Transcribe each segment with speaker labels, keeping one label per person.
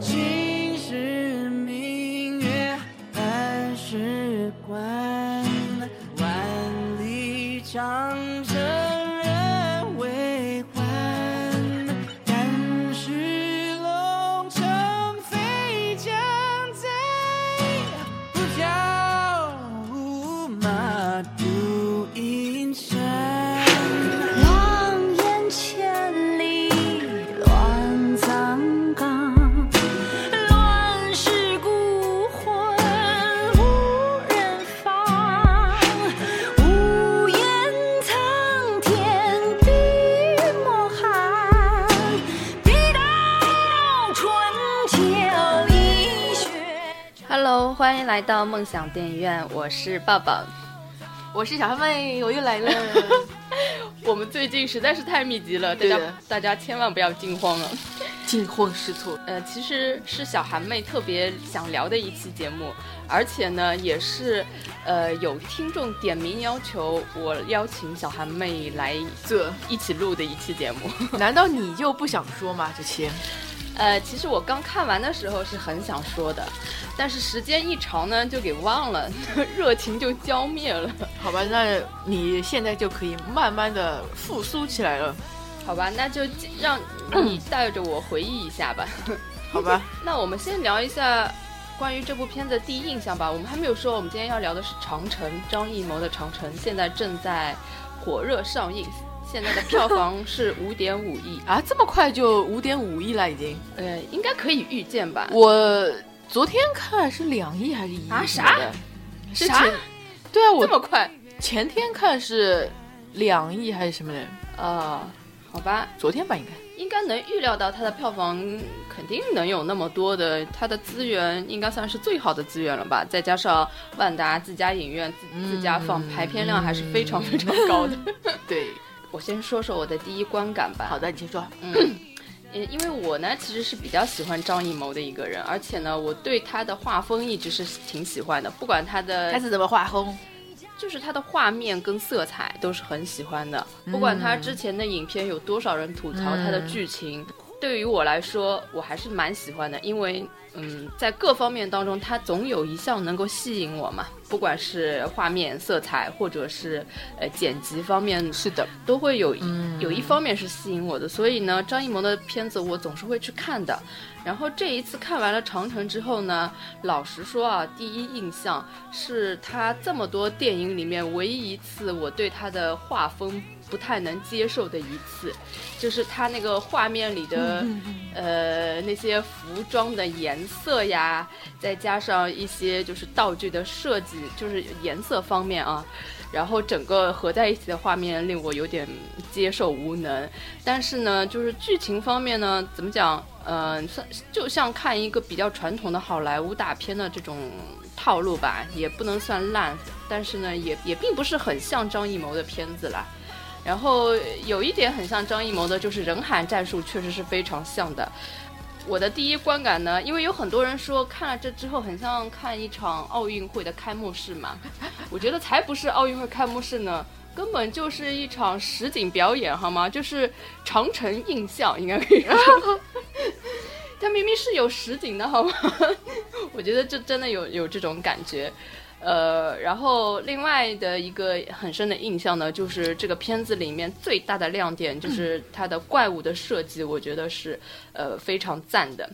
Speaker 1: 情是明月，半是关，万里长城人未还。但是龙城飞将在，不教无马度阴山。
Speaker 2: 望眼千里乱葬岗，乱世孤魂无人放。无言苍天碧玉莫寒，笔到春秋一雪。
Speaker 3: Hello，欢迎来到梦想电影院，我是抱抱。
Speaker 4: 我是小黑妹，我又来了。
Speaker 3: 我们最近实在是太密集了，大
Speaker 4: 对的
Speaker 3: 家大家千万不要惊慌啊！
Speaker 4: 惊慌失措，
Speaker 3: 呃，其实是小韩妹特别想聊的一期节目，而且呢，也是呃有听众点名要求我邀请小韩妹来
Speaker 4: 这
Speaker 3: 一起录的一期节目。
Speaker 4: 难道你就不想说吗？这期
Speaker 3: 呃，其实我刚看完的时候是很想说的，但是时间一长呢，就给忘了， 热情就浇灭了。
Speaker 4: 好吧，那你现在就可以慢慢的复苏起来了，
Speaker 3: 好吧，那就让你带着我回忆一下吧。
Speaker 4: 好吧？
Speaker 3: 那我们先聊一下关于这部片子的第一印象吧。我们还没有说，我们今天要聊的是《长城》，张艺谋的《长城》现在正在火热上映，现在的票房是五点五亿，
Speaker 4: 啊，这么快就五点五亿了，已经。
Speaker 3: 呃，应该可以预见吧？
Speaker 4: 我昨天看是两亿还是一亿？
Speaker 3: 啊啥？
Speaker 4: 是
Speaker 3: 啥
Speaker 4: 前？对啊，
Speaker 3: 这么
Speaker 4: 我
Speaker 3: 快？
Speaker 4: 前天看是两亿还是什么的，
Speaker 3: 呃，好吧，
Speaker 4: 昨天吧应该。
Speaker 3: 应该能预料到它的票房肯定能有那么多的，它的资源应该算是最好的资源了吧？再加上万达自家影院自自家放，排片量还是非常非常高的。
Speaker 4: 对，
Speaker 3: 嗯我先说说我的第一观感吧。
Speaker 4: 好的，你先说。
Speaker 3: 因因为我呢，其实是比较喜欢张艺谋的一个人，而且呢，我对他的画风一直是挺喜欢的，不管他的
Speaker 4: 是怎么画风？
Speaker 3: 就是他的画面跟色彩都是很喜欢的，
Speaker 4: 嗯
Speaker 3: 不管他之前的影片有多少人吐槽他的剧情。对于我来说，我还是蛮喜欢的，因为嗯，在各方面当中，他总有一项能够吸引我嘛，不管是画面、色彩，或者是呃剪辑方面，
Speaker 4: 是的，嗯
Speaker 3: 都会有一、有一方面是吸引我的，所以呢，张艺谋的片子我总是会去看的。然后这一次看完了《长城》之后呢，老实说啊，第一印象是他这么多电影里面唯一一次我对他的画风不太能接受的一次，就是他那个画面里的呃那些服装的颜色呀，再加上一些就是道具的设计，就是颜色方面啊，然后整个合在一起的画面令我有点接受无能。但是呢，就是剧情方面呢，怎么讲？嗯、算就像看一个比较传统的好莱坞大片的这种套路吧，也不能算烂，但是呢，也也并不是很像张艺谋的片子啦。然后有一点很像张艺谋的，就是人海战术确实是非常像的。我的第一观感呢，因为有很多人说看了这之后很像看一场奥运会的开幕式嘛， 我觉得才不是奥运会开幕式呢，根本就是一场实景表演，好吗？就是长城印象，应该可以说。 它明明是有实景的，好吗？ 我觉得这真的有有这种感觉。呃，然后另外的一个很深的印象呢，就是这个片子里面最大的亮点
Speaker 4: 嗯
Speaker 3: 就是它的怪物的设计，我觉得是呃非常赞的。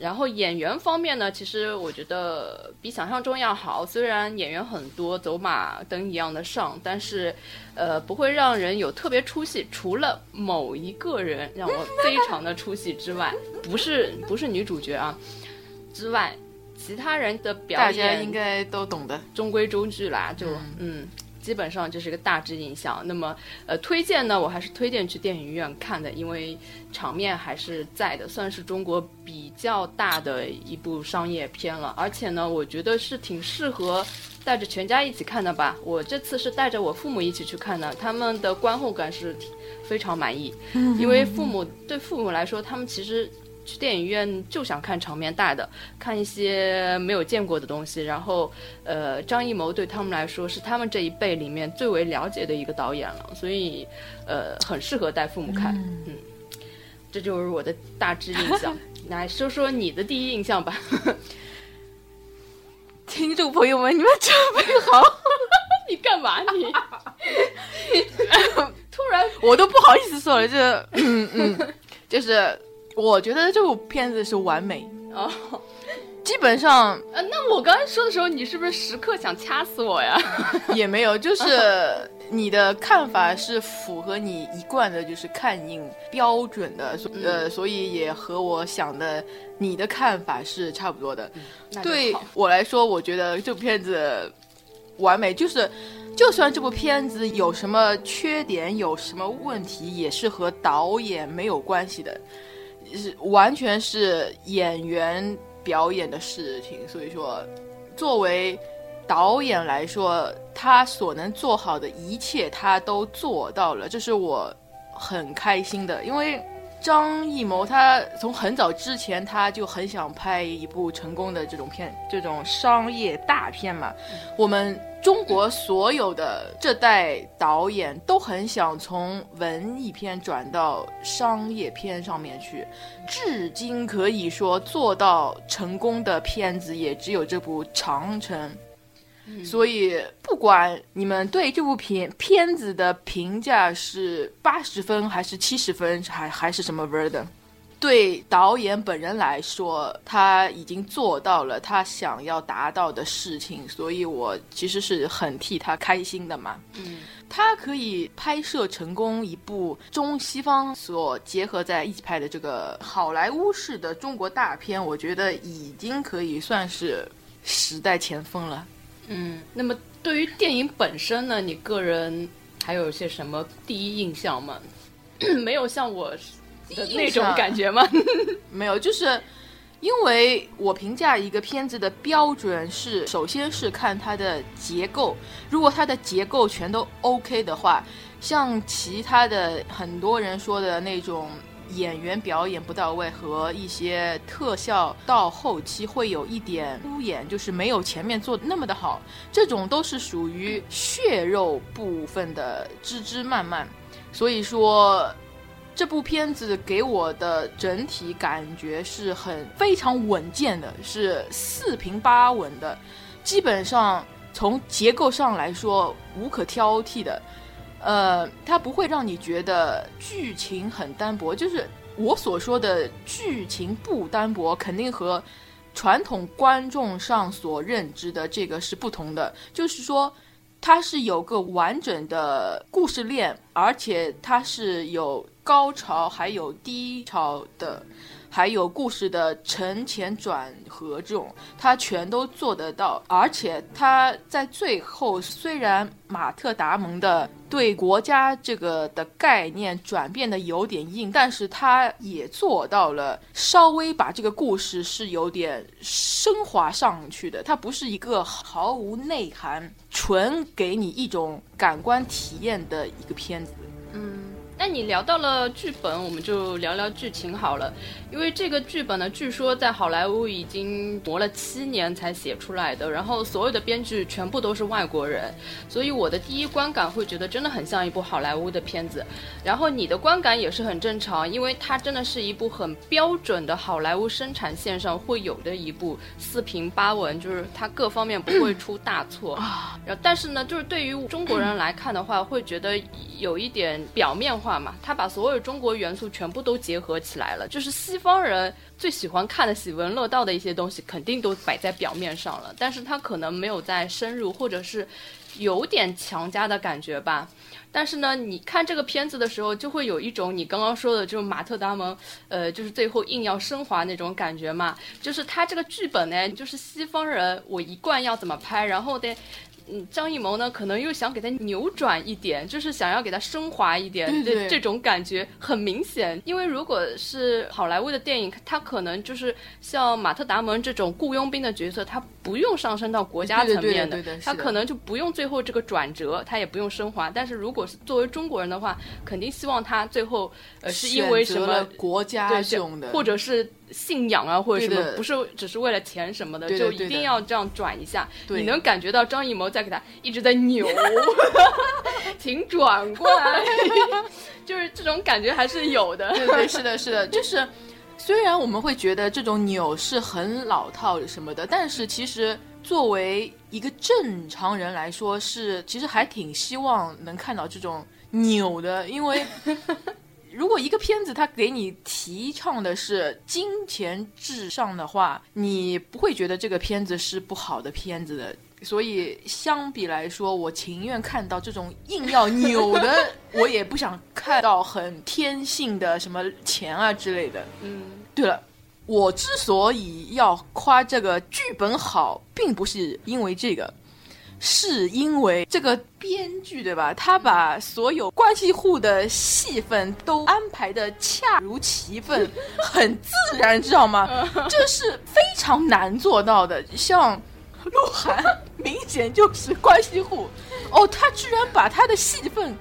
Speaker 3: 然后演员方面呢，其实我觉得比想象中要好，虽然演员很多，走马灯一样的上，但是呃不会让人有特别出戏，除了某一个人让我非常的出戏之外，不是不是女主角啊之外。其他人的表
Speaker 4: 大家
Speaker 3: 演
Speaker 4: 应该都懂的。
Speaker 3: 中规中矩啦，就嗯基本上就是个大致印象。那么呃，推荐呢，我还是推荐去电影院看的，因为场面还是在的，算是中国比较大的一部商业片了。而且呢，我觉得是挺适合。带着全家一起看的吧，我这次是带着我父母一起去看的，他们的观后感是挺非常满意，因为父母对父母来说，他们其实去电影院就想看场面大的，看一些没有见过的东西，然后呃，张艺谋对他们来说是他们这一辈里面最为了解的一个导演了，所以呃，很适合带父母看。嗯，这就是我的大致印象。来说说你的第一印象吧。
Speaker 2: 听众朋友们，你们准备好？
Speaker 3: 你干嘛你？ 突然
Speaker 4: 我都不好意思说了，这嗯嗯， 就是我觉得这部片子是完美，
Speaker 3: 哦，
Speaker 4: 基本上
Speaker 3: 呃那我刚才说的时候，你是不是时刻想掐死我呀？
Speaker 4: 也没有，就是你的看法是符合你一贯的，就是看影标准的，所呃，所以也和我想的你的看法是差不多的。
Speaker 3: 那就
Speaker 4: 对
Speaker 3: 好
Speaker 4: 我来说，我觉得这部片子完美，就是就算这部片子有什么缺点、有什么问题，也是和导演没有关系的，是完全是演员表演的事情。所以说，作为导演来说，他所能做好的一切，他都做到了，这是我很开心的，因为。张艺谋他从很早之前他就很想拍一部成功的这种片，这种商业大片嘛。我们中国所有的这代导演都很想从文艺片转到商业片上面去，至今可以说做到成功的片子也只有这部《长城》。所以，不管你们对这部片片子的评价是八十分还是七十分，还还是什么分儿的，对导演本人来说，他已经做到了他想要达到的事情，所以我其实是很替他开心的嘛。
Speaker 3: 嗯，
Speaker 4: 他可以拍摄成功一部中西方所结合在一起拍的这个好莱坞式的中国大片，我觉得已经可以算是时代前锋了。
Speaker 3: 嗯，那么对于电影本身呢，你个人还有些什么第一印象 吗？没有像我的
Speaker 4: 第一印象啊
Speaker 3: 那种感觉吗？
Speaker 4: 没有，就是因为我评价一个片子的标准是，首先是看它的结构，如果它的结构全都 OK 的话，像其他的很多人说的那种。演员表演不到位和一些特效到后期会有一点敷衍，就是没有前面做的那么的好，这种都是属于血肉部分的枝枝蔓蔓。所以说，这部片子给我的整体感觉是很非常稳健的，是四平八稳的，基本上从结构上来说无可挑剔的。呃，它不会让你觉得剧情很单薄，就是我所说的剧情不单薄，肯定和传统观众上所认知的这个是不同的。就是说，它是有个完整的故事链，而且它是有高潮还有低潮的，还有故事的承前转合这种，它全都做得到。而且它在最后，虽然马特·达蒙的对国家这个的概念转变的有点硬，但是他也做到了稍微把这个故事是有点升华上去的，它不是一个毫无内涵、纯给你一种感官体验的一个片子。
Speaker 3: 那你聊到了剧本，我们就聊聊剧情好了，因为这个剧本呢，据说在好莱坞已经磨了七年才写出来的，然后所有的编剧全部都是外国人，所以我的第一观感会觉得真的很像一部好莱坞的片子，然后你的观感也是很正常，因为它真的是一部很标准的好莱坞生产线上会有的一部四平八稳，就是它各方面不会出大错。然后但是呢，就是对于中国人来看的话，会觉得有一点表面化嘛。他把所有中国元素全部都结合起来了，就是西方人最喜欢看的、喜闻乐道的一些东西，肯定都摆在表面上了。但是他可能没有再深入，或者是有点强加的感觉吧。但是呢，你看这个片子的时候，就会有一种你刚刚说的，就是马特·达蒙，呃，就是最后硬要升华那种感觉嘛。就是他这个剧本呢，就是西方人我一贯要怎么拍，然后得嗯，张艺谋呢，可能又想给它扭转一点，就是想要给它升华一点，
Speaker 4: 对对
Speaker 3: 这这种感觉很明显。因为如果是好莱坞的电影，它可能就是像马特·达蒙这种雇佣兵的角色，他不用上升到国家
Speaker 4: 对
Speaker 3: 层
Speaker 4: 对对
Speaker 3: 面
Speaker 4: 对对对
Speaker 3: 他
Speaker 4: 是的
Speaker 3: 可能就不用最后这个转折，他也不用升华。但是如果是作为中国人的话，肯定希望他最后呃是因为什
Speaker 4: 选择了
Speaker 3: 么
Speaker 4: 国家
Speaker 3: 对
Speaker 4: 这种的，
Speaker 3: 或者是信仰啊，或者什
Speaker 4: 对
Speaker 3: 么，
Speaker 4: 的
Speaker 3: 不是只是为了钱什么的，
Speaker 4: 对的
Speaker 3: 就
Speaker 4: 对
Speaker 3: 一
Speaker 4: 的
Speaker 3: 定要这样转一下。
Speaker 4: 对
Speaker 3: 你能感觉到张艺谋在给他一直在 扭，请转过来，就是这种感觉还是有的。
Speaker 4: 对对，是的，是的，就是虽然我们会觉得这种扭是很老套什么的，但是其实作为一个正常人来说是，其实还挺希望能看到这种扭的，因为如果一个片子它给你提倡的是金钱至上的话，你不会觉得这个片子是不好的片子的。所以相比来说，我情愿看到这种硬要扭的， 我也不想看到很天性的什么钱啊之类的。
Speaker 3: 嗯，
Speaker 4: 对了，我之所以要夸这个剧本好，并不是因为这个，是因为这个编剧对吧？他把所有关系户的戏份都安排的恰如其分， 很自然，知道吗？这是非常难做到的。像鹿晗，明显就是关系户哦，他居然把他的戏份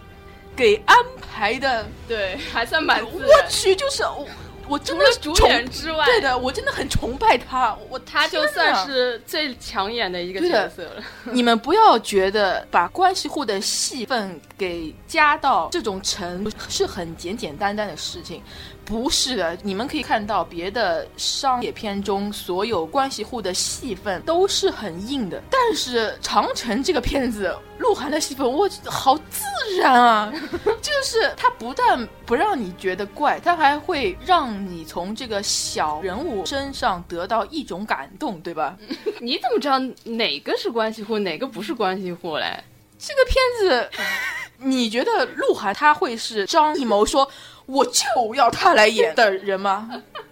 Speaker 4: 给安排的，
Speaker 3: 对，还算蛮自
Speaker 4: 我
Speaker 3: 然。
Speaker 4: 去，就是我，我真
Speaker 3: 除
Speaker 4: 的
Speaker 3: 了主
Speaker 4: 崇
Speaker 3: 演之外，
Speaker 4: 对的，我真的很崇拜他。我
Speaker 3: 他就
Speaker 4: 天哪
Speaker 3: 算是最抢眼的一个
Speaker 4: 对的
Speaker 3: 角色了。
Speaker 4: 你们不要觉得把关系户的戏份给加到这种程度是很简简单单的事情，不是的。你们可以看到别的商业片中，所有关系户的戏份都是很硬的，但是《长城》这个片子，鹿晗的戏份我好自然啊， 就是他不但不让你觉得怪，他还会让你从这个小人物身上得到一种感动，对吧？
Speaker 3: 你怎么知道哪个是关系户，哪个不是关系户嘞？
Speaker 4: 这个片子，你觉得鹿晗他会是张艺谋说我就要他来演的人吗？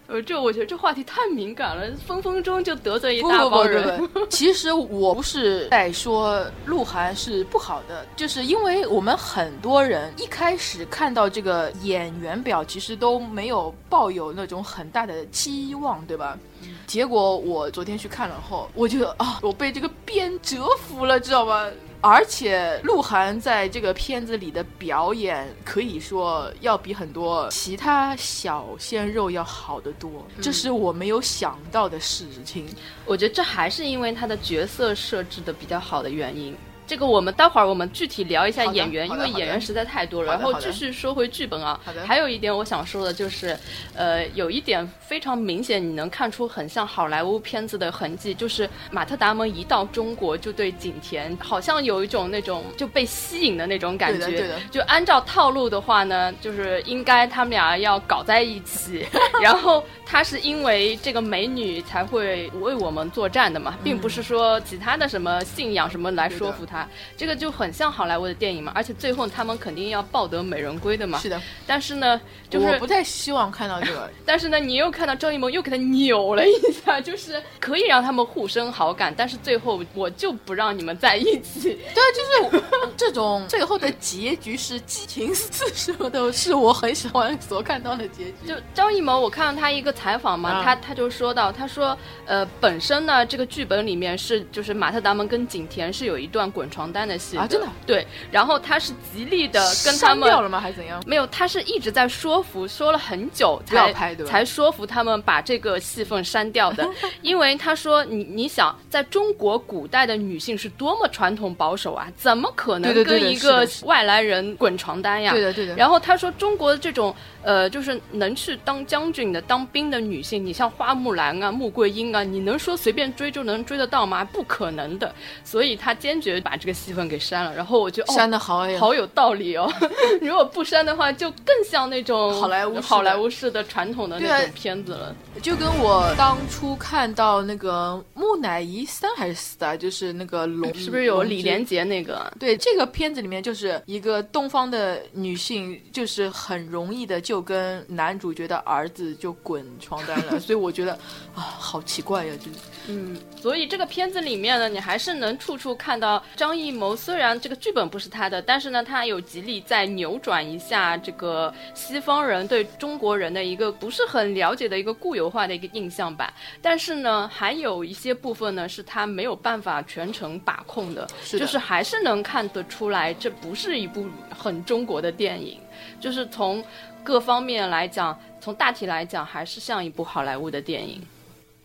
Speaker 3: 呃，这我觉得这话题太敏感了，分分钟就得罪一
Speaker 4: 不
Speaker 3: 大
Speaker 4: 不
Speaker 3: 帮
Speaker 4: 不
Speaker 3: 人。
Speaker 4: 不不，其实我不是在说鹿晗是不好的，就是因为我们很多人一开始看到这个演员表，其实都没有抱有那种很大的期望，对吧？
Speaker 3: 嗯
Speaker 4: 结果我昨天去看了后，我觉得啊，我被这个编折服了，知道吗？而且鹿晗在这个片子里的表演，可以说要比很多其他小鲜肉要好得多，
Speaker 3: 嗯
Speaker 4: 这是我没有想到的事情。
Speaker 3: 我觉得这还是因为他的角色设置的比较好的原因。这个我们待会儿我们具体聊一下
Speaker 4: 好的
Speaker 3: 演员，
Speaker 4: 好
Speaker 3: 因
Speaker 4: 的
Speaker 3: 为演员实在太多了。
Speaker 4: 好
Speaker 3: 然
Speaker 4: 的
Speaker 3: 后
Speaker 4: 好的
Speaker 3: 继续说回剧本啊
Speaker 4: 好的，
Speaker 3: 还有一点我想说的就是，呃，有一点非常明显，你能看出很像好莱坞片子的痕迹，就是马特·达蒙一到中国就对景甜好像有一种那种就被吸引的那种感觉。
Speaker 4: 对的对的
Speaker 3: 就按照套路的话呢，就是应该他们俩要搞在一起， 然后他是因为这个美女才会为我们作战的嘛，并
Speaker 4: 嗯
Speaker 3: 不是说其他的什么信仰什么来说服他，这个就很像好莱坞的电影嘛，而且最后他们肯定要抱得美人归的嘛。
Speaker 4: 是的，
Speaker 3: 但是呢，就
Speaker 4: 我
Speaker 3: 是
Speaker 4: 不太希望看到这个。
Speaker 3: 但是呢，你又看到张艺谋又给他扭了一下，就是可以让他们互生好感，但是最后我就不让你们在一起。
Speaker 4: 对，就是我这种最后的结局是激情四射的，是我很喜欢所看到的结局。
Speaker 3: 就张艺谋，我看到他一个采访嘛，
Speaker 4: 啊
Speaker 3: 他他就说到，他说，呃，本身呢，这个剧本里面是就是马特·达蒙跟景甜是有一段滚床单的戏
Speaker 4: 啊真的
Speaker 3: 对，然后他是极力的呃跟他
Speaker 4: 删
Speaker 3: 们
Speaker 4: 掉了吗？还是怎样？
Speaker 3: 没有，他是一直在说服，说了很久
Speaker 4: 不要
Speaker 3: 才
Speaker 4: 拍对吧
Speaker 3: 才说服他们把这个戏份删掉 的，因为他说你你想，在中国古代的女性是多么传统保守啊，怎么可能
Speaker 4: 对对对
Speaker 3: 跟
Speaker 4: 对
Speaker 3: 一
Speaker 4: 是的
Speaker 3: 个
Speaker 4: 是
Speaker 3: 外来人滚床单呀？
Speaker 4: 对的，对的。
Speaker 3: 然后他说，中国的这种呃，就是能去当将军的、当兵的女性，你像花木兰啊、穆桂英啊，你能说随便追就能追得到吗？不可能的。所以他坚决把这个戏份给删了。然后我觉得，
Speaker 4: 删
Speaker 3: 哦，
Speaker 4: 的好哎呀，
Speaker 3: 好有道理哦。 如果不删的话，就更像那种
Speaker 4: 好莱坞式的
Speaker 3: 好莱坞式的传统的那
Speaker 4: 对啊
Speaker 3: 种片子了。
Speaker 4: 就跟我当初看到那个木乃伊三还是四啊，就是那个龙，
Speaker 3: 是不是有
Speaker 4: 龙之
Speaker 3: 李连杰那个？啊
Speaker 4: 对这个片子里面，就是一个东方的女性，就是很容易的就跟男主角的儿子就滚床单了，所以我觉得啊，好奇怪呀、就是
Speaker 3: 嗯，所以这个片子里面呢，你还是能处处看到张艺谋，虽然这个剧本不是他的，但是呢，他有极力在扭转一下这个西方人对中国人的一个不是很了解的一个固有化的一个印象吧。但是呢，还有一些部分呢，是他没有办法全程把控的，
Speaker 4: 是的
Speaker 3: 就是还是能看得出来，这不是一部很中国的电影，就是从各方面来讲，从大体来讲，还是像一部好莱坞的电影。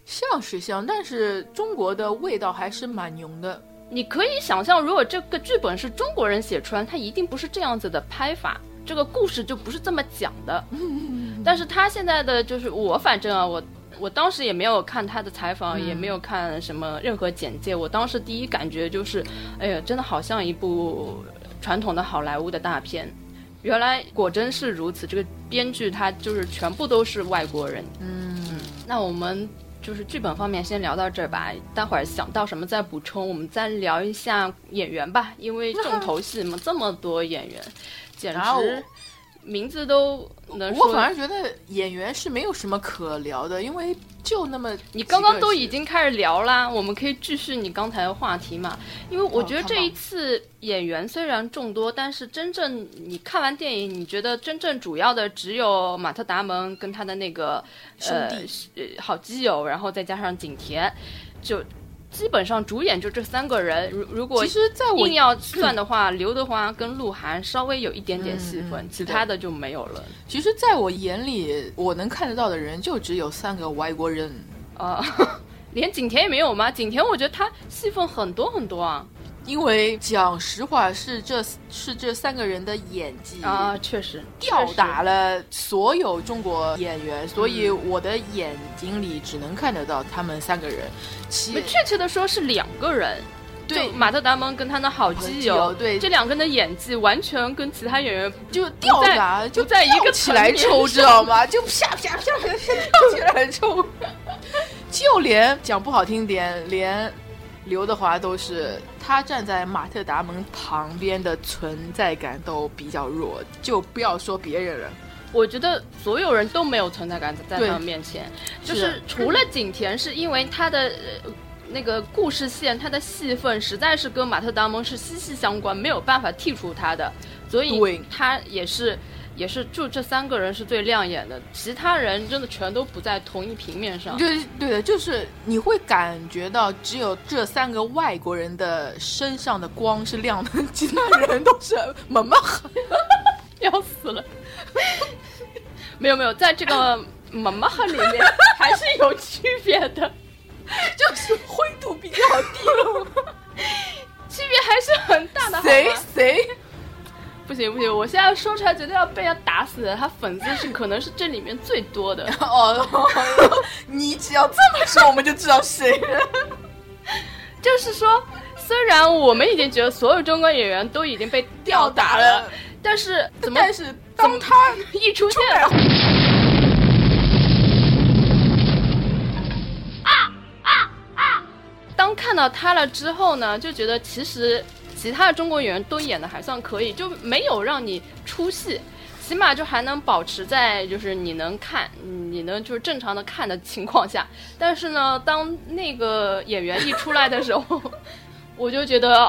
Speaker 4: 像是像，但是中国的味道还是蛮浓的。
Speaker 3: 你可以想象，如果这个剧本是中国人写出来，它一定不是这样子的拍法。这个故事就不是这么讲的。
Speaker 4: 嗯
Speaker 3: 但是他现在的就是我，反正啊，我我当时也没有看他的采访，
Speaker 4: 嗯
Speaker 3: 也没有看什么任何简介。我当时第一感觉就是，哎呀，真的好像一部传统的好莱坞的大片。原来果真是如此，这个编剧他就是全部都是外国人。嗯，那我们就是剧本方面先聊到这儿吧，待会儿想到什么再补充。我们再聊一下演员吧，因为重头戏 嘛，这么多演员，简
Speaker 4: 然后
Speaker 3: 直名字都能呃说。
Speaker 4: 我反而觉得演员是没有什么可聊的，因为就那么
Speaker 3: 你刚刚
Speaker 4: 几个
Speaker 3: 都
Speaker 4: 是
Speaker 3: 已经开始聊啦，我们可以继续你刚才的话题嘛？因为我
Speaker 4: 哦
Speaker 3: 觉得
Speaker 4: 好
Speaker 3: 这一
Speaker 4: 吧
Speaker 3: 次演员虽然众多，但是真正你看完电影，你觉得真正主要的只有马特·达蒙跟他的那个
Speaker 4: 兄弟
Speaker 3: 呃是呃好基友，然后再加上景甜，就基本上主演就这三个人。如如果
Speaker 4: 其实在我
Speaker 3: 硬要算的话，刘德华跟鹿晗稍微有一点点戏份，
Speaker 4: 嗯嗯
Speaker 3: 其
Speaker 4: 是的
Speaker 3: 他的就没有了。
Speaker 4: 其实在我眼里，我能看得到的人就只有三个外国人。
Speaker 3: 啊， 连景甜也没有吗？景甜我觉得她戏份很多很多啊。
Speaker 4: 因为讲实话，是这是这三个人的演技
Speaker 3: 啊，确实
Speaker 4: 嗯吊
Speaker 3: 确实
Speaker 4: 打了所有中国演员，所以
Speaker 3: 嗯
Speaker 4: 我的眼睛里只能看得到他们三个人。其
Speaker 3: 不确切的说是两个人。
Speaker 4: 对
Speaker 3: 就马特·达蒙跟他的好
Speaker 4: 好
Speaker 3: 基
Speaker 4: 基
Speaker 3: 友，
Speaker 4: 友对
Speaker 3: 这两个人的演技完全跟其他演员
Speaker 4: 就吊打，就
Speaker 3: 在一个
Speaker 4: 吊起来
Speaker 3: 层
Speaker 4: 抽，
Speaker 3: 面
Speaker 4: 知道 吗？就啪啪啪啪跳起来抽，就连讲不好听点，连刘德华都是他站在马特达蒙旁边的存在感都比较弱，就不要说别人了。
Speaker 3: 我觉得所有人都没有存在感在
Speaker 4: 对
Speaker 3: 他们面前，就是是除了景甜，是因为她的呃那个故事线，她的戏份实在是跟马特·达蒙是息息相关，没有办法剔除她的，所
Speaker 4: 对
Speaker 3: 以她也是也是就这三个人是最亮眼的，其他人真的全都不在同一平面上。
Speaker 4: 对对的，就是你会感觉到只有这三个外国人的身上的光是亮的， 其他人都是 蒙蒙黑。
Speaker 3: 要死了。没有没有，在这个妈妈和里面还是有区别的，
Speaker 4: 就是灰度比较低了。
Speaker 3: 区别还是很大的。好吗
Speaker 4: 谁谁
Speaker 3: 不行不行，我现在说出来绝对要被他打死的。他粉丝是可能是这里面最多的。
Speaker 4: 哦，你只要这么说，我们就知道谁了。
Speaker 3: 就是说，虽然我们已经觉得所有中国演员都已经被吊打了，但是怎么
Speaker 4: 但是当他
Speaker 3: 一出现，当看到他了之后呢，就觉得其实其他的中国演员都演的还算可以，就没有让你出戏，起码就还能保持在就是你能看，你能就是正常的看的情况下。但是呢，当那个演员一出来的时候， 我就觉得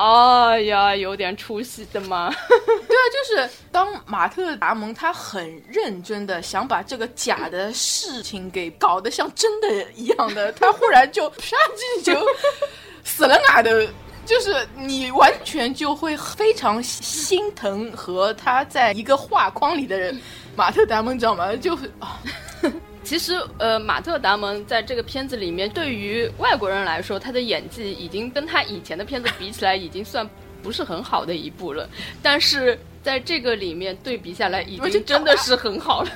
Speaker 3: 哎呀，有点出戏的嘛。
Speaker 4: 对啊，就是当马特达蒙他很认真的想把这个假的事情给搞得像真的一样的，他忽然就啪叽就死了哪的。就是你完全就会非常心疼和他在一个画框里的人，马特达蒙，知道吗？就是啊，
Speaker 3: 其实，呃，马特·达蒙在这个片子里面，对于外国人来说，他的演技已经跟他以前的片子比起来，已经算不是很好的一部了。但是在这个里面对比下来，已
Speaker 4: 我就
Speaker 3: 经真的是很好了。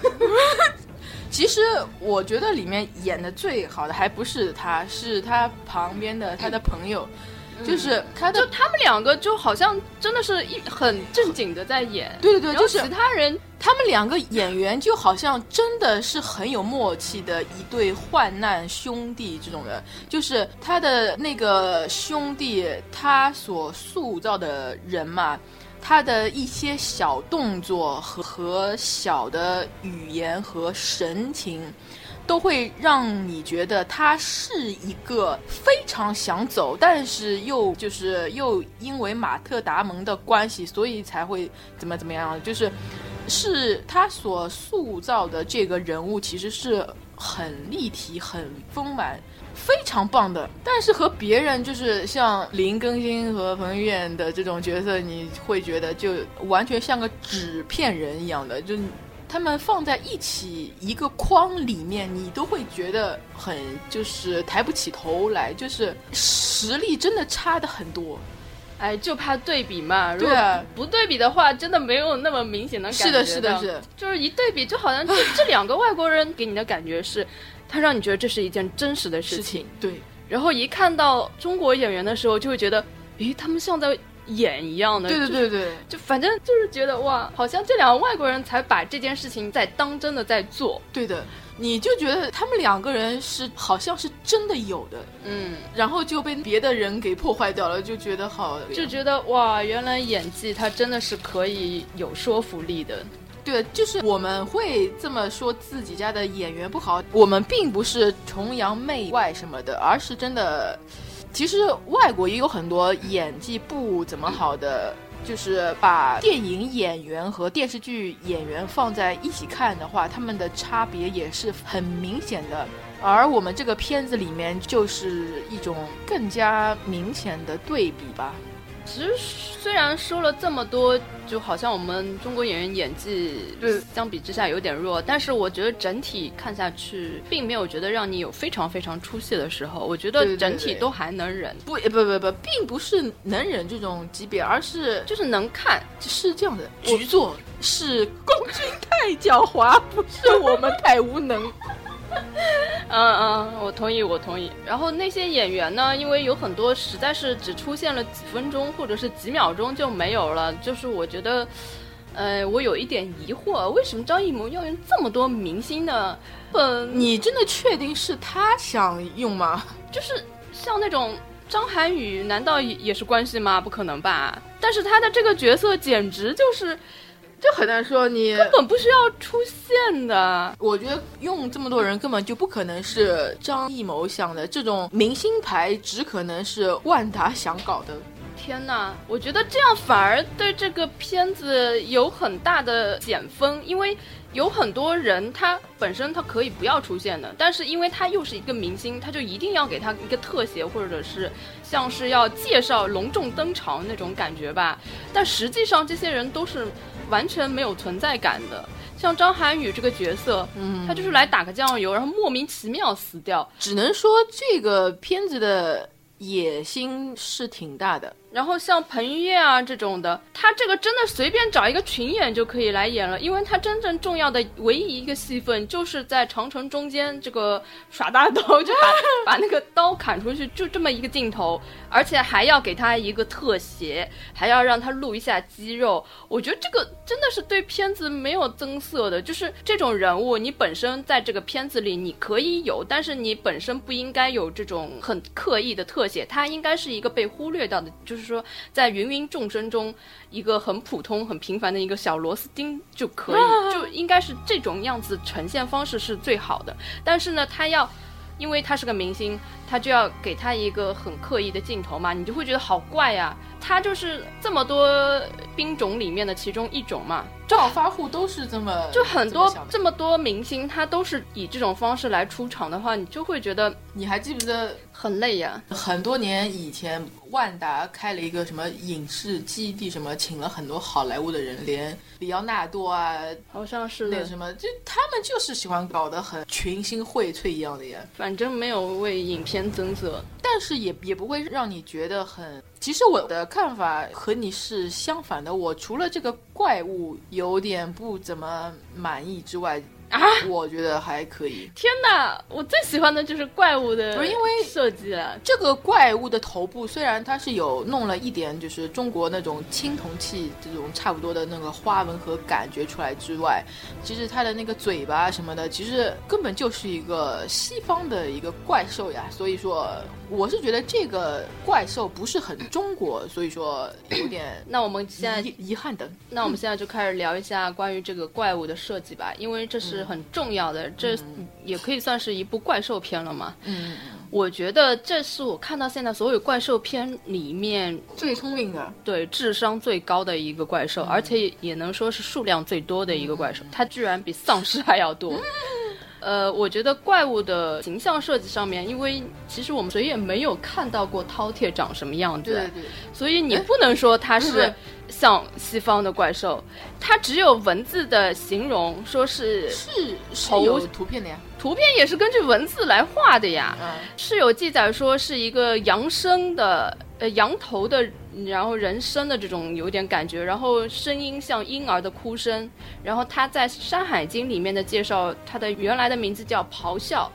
Speaker 4: 其实我觉得里面演的最好的还不是他，是他旁边的他的朋友，
Speaker 3: 嗯
Speaker 4: 就是他的
Speaker 3: 就他们两个，就好像真的是一很正经的在演。
Speaker 4: 对对对，
Speaker 3: 然后
Speaker 4: 就是
Speaker 3: 其他人
Speaker 4: 他们两个演员就好像真的是很有默契的一对患难兄弟这种人，就是他的那个兄弟，他所塑造的人嘛，他的一些小动作和和小的语言和神情。都会让你觉得他是一个非常想走，但是又就是又因为马特达蒙的关系，所以才会怎么怎么样，就是是他所塑造的这个人物其实是很立体、很丰满。非常棒的，但是和别人就是像林更新和彭于晏的这种角色，你会觉得就完全像个纸片人一样的，就他们放在一起一个框里面，你都会觉得很就是抬不起头来，就是实力真的差的很多。
Speaker 3: 哎，就怕对比嘛。如
Speaker 4: 对啊
Speaker 3: 果不对比的话，真的没有那么明显的感觉
Speaker 4: 是的，是的，
Speaker 3: 到
Speaker 4: 是的，
Speaker 3: 就是一对比，就好像这这两个外国人给你的感觉是，他让你觉得这是一件真实的事
Speaker 4: 事
Speaker 3: 情，
Speaker 4: 情对，
Speaker 3: 然后一看到中国演员的时候，就会觉得，诶，他们像在演一样的，
Speaker 4: 对对
Speaker 3: 就
Speaker 4: 对对，
Speaker 3: 就反正就是觉得哇，好像这两个外国人才把这件事情在当真的在做，
Speaker 4: 对的，你就觉得他们两个人是好像是真的有的，
Speaker 3: 嗯，
Speaker 4: 然后就被别的人给破坏掉了，就觉得好，
Speaker 3: 就觉得哇，原来演技它真的是可以有说服力的，
Speaker 4: 对，就是我们会这么说自己家的演员不好，我们并不是崇洋媚外什么的，而是真的，其实外国也有很多演技不怎么好的。就是把电影演员和电视剧演员放在一起看的话，他们的差别也是很明显的。而我们这个片子里面就是一种更加明显的对比吧。
Speaker 3: 其实虽然说了这么多，就好像我们中国演员演技
Speaker 4: 对
Speaker 3: 相比之下有点弱，但是我觉得整体看下去，并没有觉得让你有非常非常出戏的时候。我觉
Speaker 4: 对对
Speaker 3: 得
Speaker 4: 对
Speaker 3: 整体都还能忍，
Speaker 4: 不，呃不不不，并不是能忍这种级别，而是
Speaker 3: 就是能看。
Speaker 4: 是这样的，局座是公君太狡猾，不是我们太无能。
Speaker 3: 嗯嗯，我同意，我同意。然后那些演员呢，因为有很多实在是只出现了几分钟或者是几秒钟就没有了，就是我觉得，呃，我有一点疑惑，为什么张艺谋要用这么多明星呢？嗯，
Speaker 4: 你真的确定是他想用吗？
Speaker 3: 就是像那种张涵予，难道也也是关系吗？不可能吧！但是他的这个角色简直就是
Speaker 4: 这很难说。你，
Speaker 3: 根本不需要出现的。
Speaker 4: 我觉得用这么多人根本就不可能是张艺谋想的，这种明星牌只可能是万达想搞的。
Speaker 3: 天哪，我觉得这样反而对这个片子有很大的减分，因为有很多人他本身他可以不要出现的，但是因为他又是一个明星，他就一定要给他一个特写，或者是像是要介绍隆重登场那种感觉吧。但实际上这些人都是完全没有存在感的。像张涵予这个角色，嗯，他就是来打个酱油，然后莫名其妙死掉，
Speaker 4: 只能说这个片子的野心是挺大的。
Speaker 3: 然后像彭于晏啊这种的，他这个真的随便找一个群演就可以来演了，因为他真正重要的唯一一个戏份就是在长城中间这个耍大刀，就把把那个刀砍出去，就这么一个镜头，而且还要给他一个特写，还要让他露一下肌肉。我觉得这个真的是对片子没有增色的，就是这种人物，你本身在这个片子里你可以有，但是你本身不应该有这种很刻意的特写，它应该是一个被忽略到的，就是说在芸芸众生中一个很普通、很平凡的一个小螺丝钉就可以，就应该是这种样子呈现方式是最好的。但是呢，他要。因为他是个明星，他就要给他一个很刻意的镜头嘛，你就会觉得好怪呀、他就是这么多兵种里面的其中一种嘛，
Speaker 4: 照发户都是这么，
Speaker 3: 就很
Speaker 4: 这么
Speaker 3: 多
Speaker 4: 想的
Speaker 3: 这么多明星，他都是以这种方式来出场的话，你就会觉得
Speaker 4: 你还记不记得
Speaker 3: 很累呀、
Speaker 4: 很多年以前，万达开了一个什么影视基地，什么请了很多好莱坞的人，连里奥纳多啊，
Speaker 3: 好像是
Speaker 4: 那
Speaker 3: 的，
Speaker 4: 什么，就他们就是喜欢搞得很群星荟萃一样的呀。
Speaker 3: 反正没有为影片增色。
Speaker 4: 但是也也不会让你觉得很。其实我的看法和你是相反的。我除了这个怪物有点不怎么满意之外，
Speaker 3: 啊！
Speaker 4: 我觉得还可以。
Speaker 3: 天哪，我最喜欢的就是怪物的，
Speaker 4: 不是因为
Speaker 3: 设计了，
Speaker 4: 这个怪物的头部虽然它是有弄了一点，就是中国那种青铜器这种差不多的那个花纹和感觉出来之外，其实它的那个嘴巴什么的，其实根本就是一个西方的一个怪兽呀。所以说，我是觉得这个怪兽不是很中国，所以说有点
Speaker 3: 那我们现在
Speaker 4: 遗遗憾的。
Speaker 3: 那我们现在就开始聊一下关于这个怪物的设计吧，因为这是很重要的，这也可以算是一部怪兽片了嘛。
Speaker 4: 嗯，
Speaker 3: 我觉得这是我看到现在所有怪兽片里面
Speaker 4: 最聪明的，
Speaker 3: 对智商最高的一个怪兽，而且也能说是数量最多的一个怪兽，它居然比丧尸还要多。呃，我觉得怪物的形象设计上面，因为其实我们谁也没有看到过饕餮长什么样子，
Speaker 4: 对对对，
Speaker 3: 所以你不能说它是像西方的怪兽，它只有文字的形容，说是
Speaker 4: 是是
Speaker 3: 头
Speaker 4: 有图片的呀。
Speaker 3: 图片也是根据文字来画的呀。
Speaker 4: 嗯，
Speaker 3: 是有记载说是一个羊身的，呃，羊头的，呃然后人身的这种有点感觉，然后声音像婴儿的哭声，然后他在《山海经》里面的介绍，他的原来的名字叫咆哮，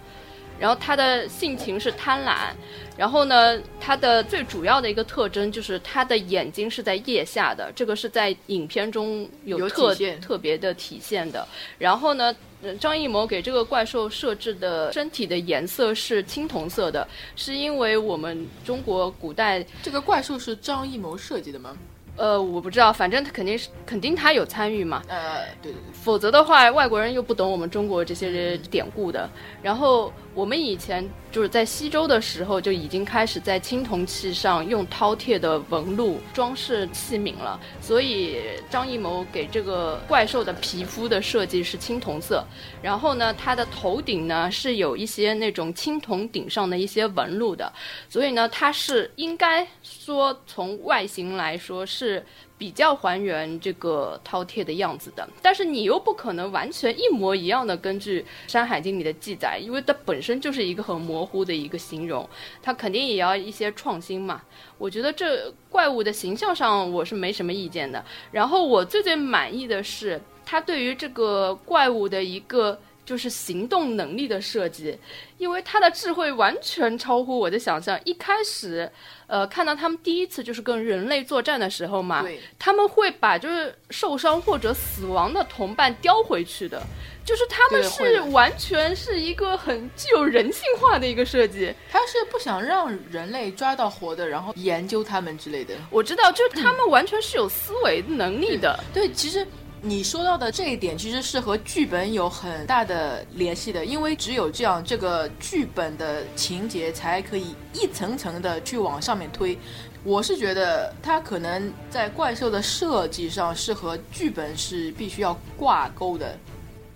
Speaker 3: 然后他的性情是贪婪，然后呢，他的最主要的一个特征就是他的眼睛是在腋下的，这个是在影片中有
Speaker 4: 有
Speaker 3: 特
Speaker 4: 体现
Speaker 3: 特别的体现的。然后呢，呃张艺谋给这个怪兽设置的身体的颜色是青铜色的，是因为我们中国古代
Speaker 4: 这个怪兽是张艺谋设计的吗？
Speaker 3: 呃，我不知道，反正他肯定是肯定他有参与嘛，
Speaker 4: 呃，对对对，
Speaker 3: 否则的话，外国人又不懂我们中国这些典故的。然后我们以前就是在西周的时候就已经开始在青铜器上用饕餮的纹路装饰器皿了，所以张艺谋给这个怪兽的皮肤的设计是青铜色，然后呢，它的头顶呢是有一些那种青铜顶上的一些纹路的，所以呢，它是应该说从外形来说是比较还原这个饕餮的样子的，但是你又不可能完全一模一样的根据《山海经》里的记载，因为它本身就是一个很模糊的一个形容，它肯定也要一些创新嘛。我觉得这怪物的形象上我是没什么意见的。然后我最最满意的是它对于这个怪物的一个就是行动能力的设计，因为它的智慧完全超乎我的想象。一开始，呃，看到他们第一次就是跟人类作战的时候嘛，
Speaker 4: 对
Speaker 3: 他们会把就是受伤或者死亡的同伴叼回去的，就是他们
Speaker 4: 对会
Speaker 3: 是
Speaker 4: 的
Speaker 3: 完全是一个很具有人性化的一个设计。
Speaker 4: 他是不想让人类抓到活的，然后研究他们之类的。
Speaker 3: 我知道，就是他们完全是有思维能力的。
Speaker 4: 对，其实你说到的这一点，其实是和剧本有很大的联系的，因为只有这样，这个剧本的情节才可以一层层的去往上面推。我是觉得它可能在怪兽的设计上是和剧本是必须要挂钩的，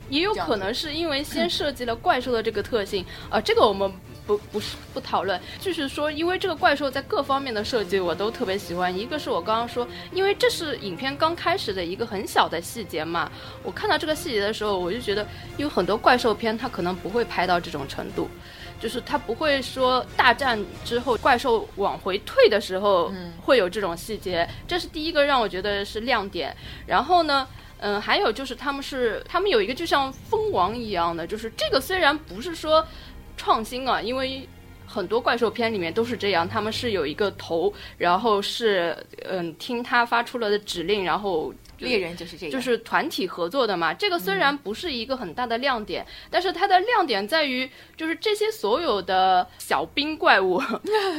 Speaker 3: 也有
Speaker 4: 这样
Speaker 3: 可
Speaker 4: 子嗯
Speaker 3: 能是因为先设计了怪兽的这个特性，啊，这个我们不不是不讨论，就是说，因为这个怪兽在各方面的设计我都特别喜欢。一个是我刚刚说，因为这是影片刚开始的一个很小的细节嘛，我看到这个细节的时候，我就觉得有很多怪兽片它可能不会拍到这种程度。就是它不会说大战之后怪兽往回退的时候
Speaker 4: 嗯
Speaker 3: 会有这种细节，这是第一个让我觉得是亮点。然后呢，嗯，还有就是他们是他们有一个就像蜂王一样的，就是这个虽然不是说创新啊，因为很多怪兽片里面都是这样，他们是有一个头，然后是嗯听他发出了的指令，然后就
Speaker 4: 猎人就是这样，
Speaker 3: 就是团体合作的嘛。这个虽然不是一个很大的亮点，但是它的亮点在于，就是这些所有的小兵怪物，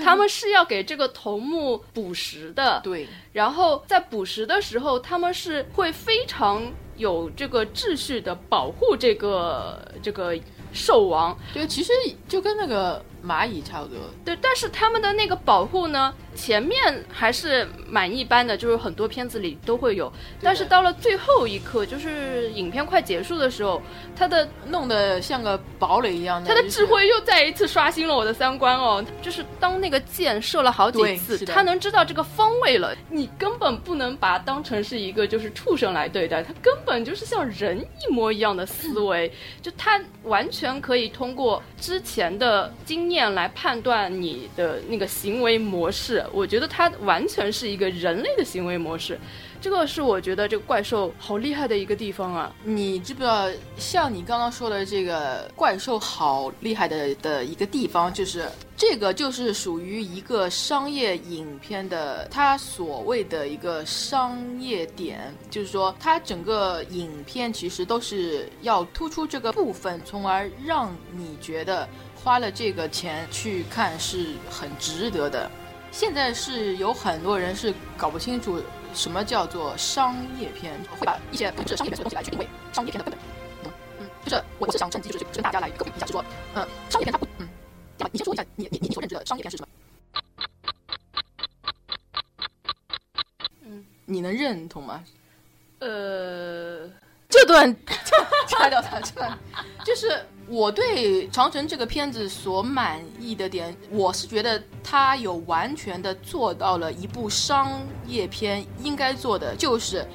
Speaker 3: 他们是要给这个头目捕食的。
Speaker 4: 对，
Speaker 3: 然后在捕食的时候，他们是会非常有这个秩序的保护这个这个兽王，
Speaker 4: 对，其实就跟那个蚂蚁差不多，
Speaker 3: 对，但是他们的那个保护呢，前面还是蛮一般的，就是很多片子里都会有，但是到了最后一刻，就是影片快结束的时候，他的
Speaker 4: 弄得像个堡垒一样的，
Speaker 3: 他的
Speaker 4: 就是
Speaker 3: 智慧又再一次刷新了我的三观哦。就是当那个箭射了好几
Speaker 4: 对
Speaker 3: 次，
Speaker 4: 是的
Speaker 3: 他能知道这个方位了，你根本不能把它当成是一个就是畜生来对待，他根本就是像人一模一样的思维，就他完全可以通过之前的经验来判断你的那个行为模式。我觉得他完全是一个人类的行为模式，这个是我觉得这个怪兽好厉害的一个地方啊。
Speaker 4: 你知不知道，像你刚刚说的这个怪兽好厉害的的一个地方，就是这个就是属于一个商业影片的，它所谓的一个商业点，就是说它整个影片其实都是要突出这个部分，从而让你觉得花了这个钱去看是很值得的。现在是有很多人是搞不清楚什么叫做商业片，会把一些不是商业片的东西来去定位商业片的根本。嗯，就是我是想趁机就是跟大家来科普一下，就说，嗯，商业片它不，嗯，对吧？你先说一下你你你所认知的商业片是什么？
Speaker 3: 嗯，
Speaker 4: 你能认同吗？
Speaker 3: 呃，
Speaker 4: 这段掐掉它，这段就是我对《长城》这个片子所满意的点，我是觉得它有完全的做到了一部商业片应该做的，就是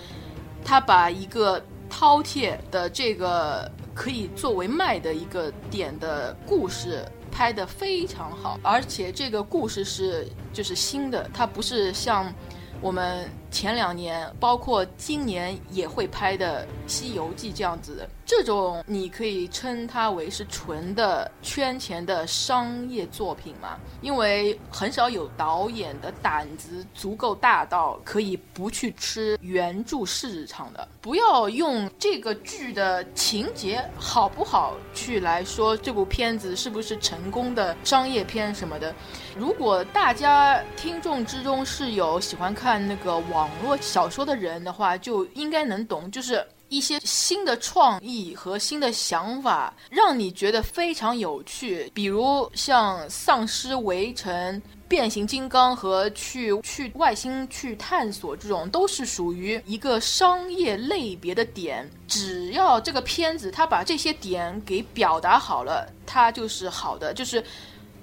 Speaker 4: 它把一个饕餮的这个可以作为卖的一个点的故事拍得非常好，而且这个故事是就是新的，它不是像我们前两年，包括今年也会拍的《西游记》这样子的。这种你可以称它为是纯的圈钱的商业作品嘛？因为很少有导演的胆子足够大到可以不去吃原著市场的。不要用这个剧的情节好不好去来说这部片子是不是成功的商业片什么的。如果大家听众之中是有喜欢看那个网络小说的人的话，就应该能懂，就是。一些新的创意和新的想法，让你觉得非常有趣。比如像丧尸、围城、变形金刚和去去外星去探索这种，都是属于一个商业类别的点。只要这个片子它把这些点给表达好了，它就是好的，就是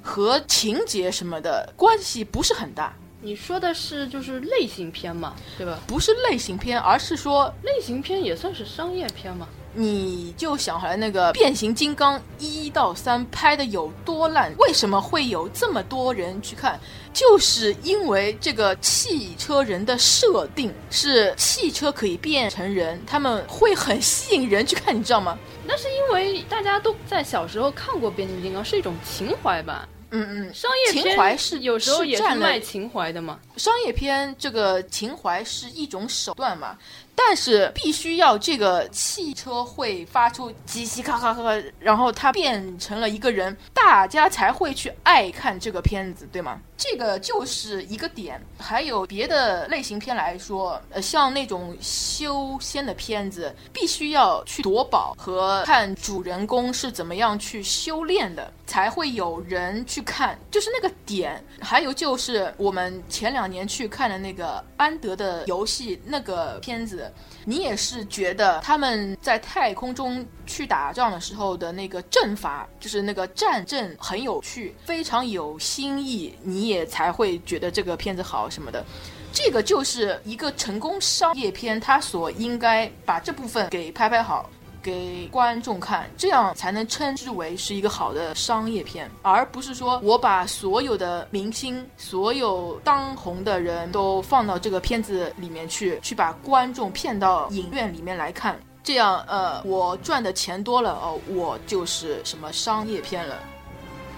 Speaker 4: 和情节什么的关系不是很大。
Speaker 3: 你说的是就是类型片嘛，对吧？
Speaker 4: 不是类型片，而是说
Speaker 3: 类型片也算是商业片嘛。
Speaker 4: 你就想好了那个《变形金刚》一到三拍的有多烂，为什么会有这么多人去看？就是因为这个汽车人的设定是汽车可以变成人，他们会很吸引人去看，你知道吗？
Speaker 3: 那是因为大家都在小时候看过《变形金刚》，是一种情怀吧。
Speaker 4: 嗯嗯，
Speaker 3: 商业片
Speaker 4: 情怀是
Speaker 3: 有时候也
Speaker 4: 是
Speaker 3: 是
Speaker 4: 占了
Speaker 3: 卖情怀的嘛。
Speaker 4: 商业片这个情怀是一种手段嘛，但是必须要这个汽车会发出叽叽咔咔咔，然后它变成了一个人，大家才会去爱看这个片子，对吗？这个就是一个点。还有别的类型片来说，呃，像那种修仙的片子，必须要去夺宝和看主人公是怎么样去修炼的，才会有人去看，就是那个点。还有就是我们前两年去看的那个安德的游戏那个片子，你也是觉得他们在太空中去打仗的时候的那个阵法，就是那个战阵很有趣，非常有新意，你也才会觉得这个片子好什么的。这个就是一个成功商业片，它所应该把这部分给拍拍好。给观众看，这样才能称之为是一个好的商业片，而不是说我把所有的明星、所有当红的人都放到这个片子里面去，去把观众骗到影院里面来看。这样，呃，我赚的钱多了哦，我就是什么商业片了。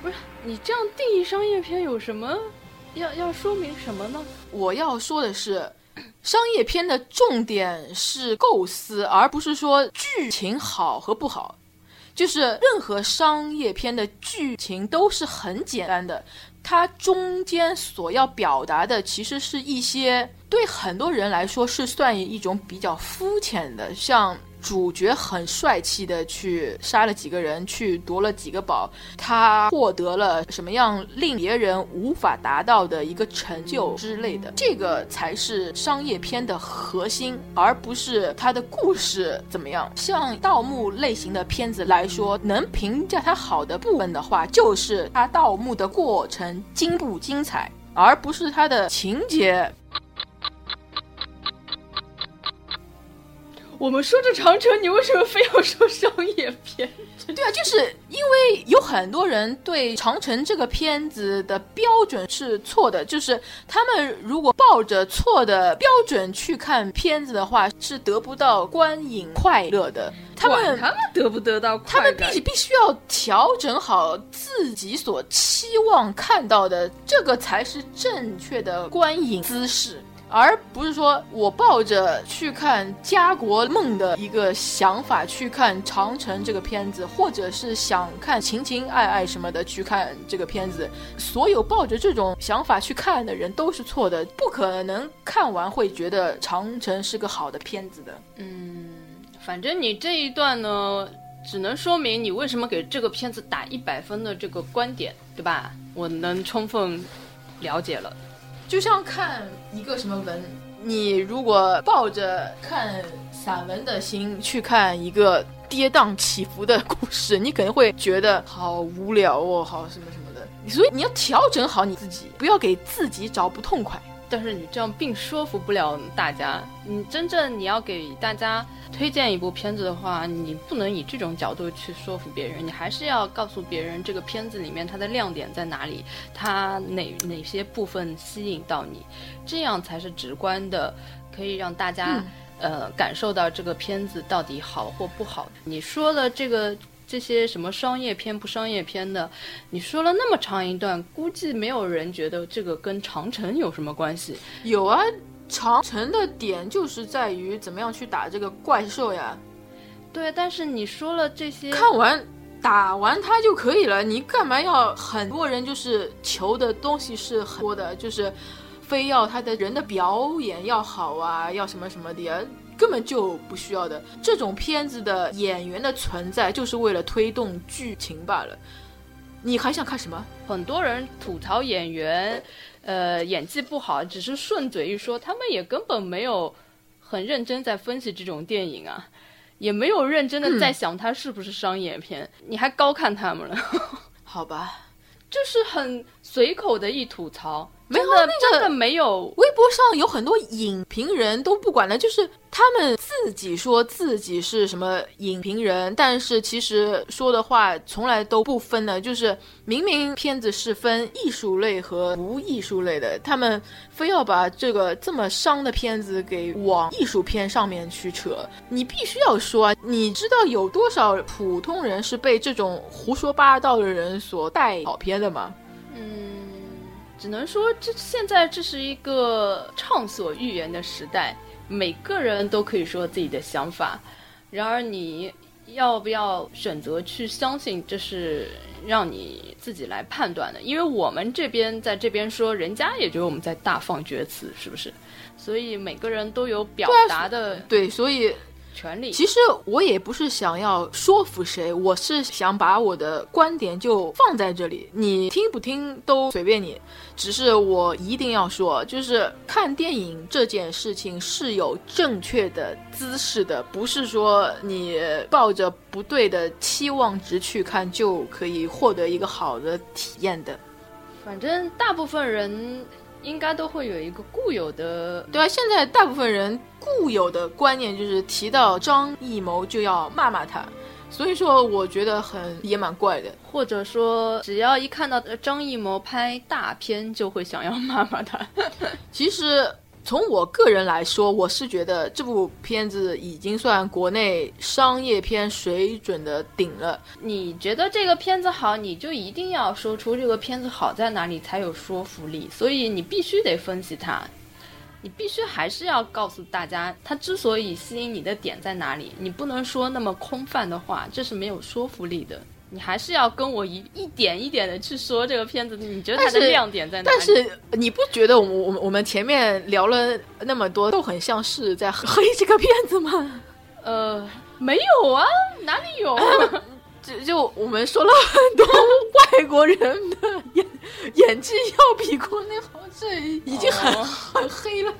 Speaker 3: 不是你这样定义商业片有什么要要说明什么呢？
Speaker 4: 我要说的是，商业片的重点是构思，而不是说剧情好和不好。就是任何商业片的剧情都是很简单的，它中间所要表达的其实是一些对很多人来说是算一种比较肤浅的，像主角很帅气的去杀了几个人，去夺了几个宝，他获得了什么样令别人无法达到的一个成就之类的，这个才是商业片的核心，而不是它的故事怎么样。像盗墓类型的片子来说，能评价它好的部分的话，就是它盗墓的过程精不精彩，而不是它的情节。
Speaker 3: 我们说着长城，你为什么非要说商业片？
Speaker 4: 对啊，就是因为有很多人对《长城》这个片子的标准是错的，就是他们如果抱着错的标准去看片子的话，是得不到观影快乐的。他
Speaker 3: 管
Speaker 4: 们
Speaker 3: 他们得不得到
Speaker 4: 他
Speaker 3: 快
Speaker 4: 们
Speaker 3: 感
Speaker 4: 必？须必须要调整好自己所期望看到的，这个才是正确的观影姿势，而不是说我抱着去看家国梦的一个想法去看《长城》这个片子，或者是想看情情爱爱什么的去看这个片子。所有抱着这种想法去看的人都是错的，不可能看完会觉得《长城》是个好的片子的。
Speaker 3: 反正你这一段呢，只能说明你为什么给这个片子打一百分的这个观点，对吧？我能充分了解了。
Speaker 4: 就像看一个什么文，你如果抱着看散文的心去看一个跌宕起伏的故事，你可能会觉得好无聊哦，好什么什么的。所以你要调整好你自己，不要给自己找不痛快。
Speaker 3: 但是你这样并说服不了大家。你真正你要给大家推荐一部片子的话，你不能以这种角度去说服别人，你还是要告诉别人这个片子里面它的亮点在哪里，它哪哪些部分吸引到你，这样才是直观的，可以让大家、呃感受到这个片子到底好或不好。你说的这个。这些什么商业片不商业片的，你说了那么长一段，估计没有人觉得这个跟长城有什么关系。
Speaker 4: 有啊，长城的点就是在于怎么样去打这个怪兽呀。
Speaker 3: 对，但是你说了这些，
Speaker 4: 看完打完它就可以了，你干嘛要很多人就是求的东西是很多的，就是非要他的人的表演要好啊，要什么什么的呀。根本就不需要的。这种片子的演员的存在，就是为了推动剧情罢了。你还想看什么？
Speaker 3: 很多人吐槽演员，呃，演技不好，只是顺嘴一说，他们也根本没有很认真在分析这种电影啊，也没有认
Speaker 4: 嗯
Speaker 3: 真的在想它是不是商业片，你还高看他们了，
Speaker 4: 好吧，
Speaker 3: 就是很随口的一吐槽，
Speaker 4: 没有啊
Speaker 3: 真的、
Speaker 4: 那个
Speaker 3: 真的没有
Speaker 4: 微博上有很多影评人都不管了，就是他们自己说自己是什么影评人，但是其实说的话从来都不分的，就是明明片子是分艺术类和无艺术类的，他们非要把这个这么伤的片子给往艺术片上面去扯。你必须要说啊，你知道有多少普通人是被这种胡说八道的人所带跑偏的吗？
Speaker 3: 嗯，只能说这现在这是一个畅所欲言的时代，每个人都可以说自己的想法。然而，你要不要选择去相信，这是让你自己来判断的。因为我们这边在这边说，人家也觉得我们在大放厥词，是不是？所以每个人都有表达的
Speaker 4: 对，所以
Speaker 3: 权利。
Speaker 4: 其实我也不是想要说服谁，我是想把我的观点就放在这里，你听不听都随便你。只是我一定要说，就是看电影这件事情是有正确的姿势的，不是说你抱着不对的期望值去看就可以获得一个好的体验的。
Speaker 3: 反正大部分人应该都会有一个固有的
Speaker 4: 对啊，现在大部分人固有的观念就是提到张艺谋就要骂骂他，所以说我觉得很也蛮怪的。
Speaker 3: 或者说，只要一看到呃张艺谋拍大片，就会想要骂骂他。
Speaker 4: 其实从我个人来说，我是觉得这部片子已经算国内商业片水准的顶了。
Speaker 3: 你觉得这个片子好，你就一定要说出这个片子好在哪里才有说服力，所以你必须得分析它。你必须还是要告诉大家，它之所以吸引你的点在哪里。你不能说那么空泛的话，这是没有说服力的。你还是要跟我一一点一点的去说这个片子，你觉得它
Speaker 4: 但
Speaker 3: 的
Speaker 4: 是
Speaker 3: 亮点在哪里？
Speaker 4: 但是你不觉得我们我们我们前面聊了那么多，都很像是在黑这个片子吗？
Speaker 3: 呃，没有啊，哪里有、啊？
Speaker 4: 就就我们说了很多外国人的演演技要比国内好，这已经很、
Speaker 3: 哦
Speaker 4: 很黑了。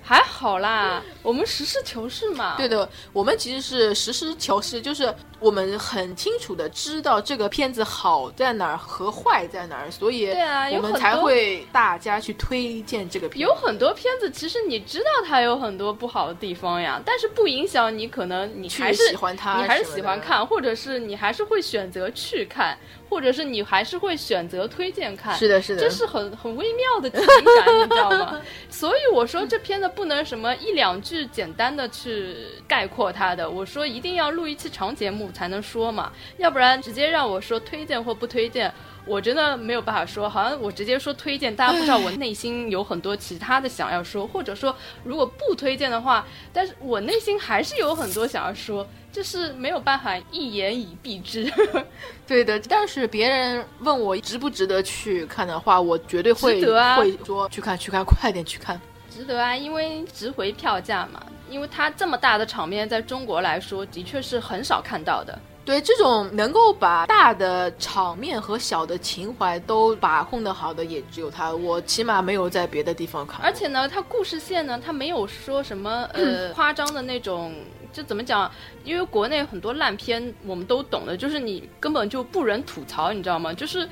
Speaker 3: 还好啦，我们实事求是嘛。
Speaker 4: 对的，我们其实是实事求是，就是我们很清楚的知道这个片子好在哪儿和坏在哪儿，所以
Speaker 3: 对啊有
Speaker 4: 我们
Speaker 3: 很
Speaker 4: 才
Speaker 3: 多
Speaker 4: 会大家去推荐这个片。
Speaker 3: 有很多片子，其实你知道它有很多不好的地方呀，但是不影响你可能你
Speaker 4: 去
Speaker 3: 还是
Speaker 4: 喜欢它
Speaker 3: 你还是
Speaker 4: 什么
Speaker 3: 喜欢
Speaker 4: 的
Speaker 3: 看，或者是你还是会选择去看，或者是你还是会选择推荐看。
Speaker 4: 是的，是的，
Speaker 3: 这是很很微妙的情感，你知道 吗？所以我说这片子不能什么一两句简单的去概括它的，我说一定要录一期长节目才能说嘛，要不然直接让我说推荐或不推荐。我真的没有办法说，好像我直接说推荐，大家不知道我内心有很多其他的想要说，或者说如果不推荐的话，但是我内心还是有很多想要说，就是没有办法一言以蔽之。
Speaker 4: 对的。但是别人问我值不值得去看的话，我绝对会
Speaker 3: 值得啊
Speaker 4: 会说去看，去看， 快点去看。
Speaker 3: 值得啊，因为值回票价嘛。因为它这么大的场面，在中国来说，的确是很少看到的。
Speaker 4: 对，这种能够把大的场面和小的情怀都把控的好的，也只有他。我起码没有在别的地方看过。
Speaker 3: 而且呢，它故事线呢，它没有说什么呃夸张的那种，就怎么讲？因为国内很多烂片我们都懂的，就是你根本就不忍吐槽，你知道吗？就是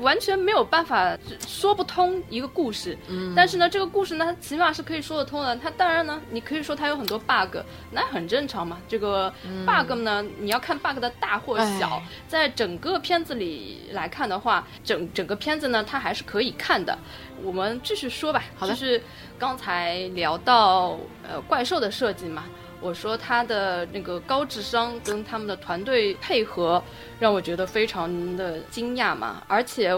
Speaker 3: 完全没有办法说不通一个故事。嗯，但是呢，这个故事呢，它起码是可以说得通的。它当然呢，你可以说它有很多 bug，那很正常嘛。这个 bug 呢，你要看 bug 的大或小
Speaker 4: 嗯哎。
Speaker 3: 在整个片子里来看的话，整整个片子呢，它还是可以看的。我们继续说吧。
Speaker 4: 好的
Speaker 3: 就是刚才聊到呃怪兽的设计嘛，我说他的那个高智商跟他们的团队配合，让我觉得非常的惊讶嘛。而且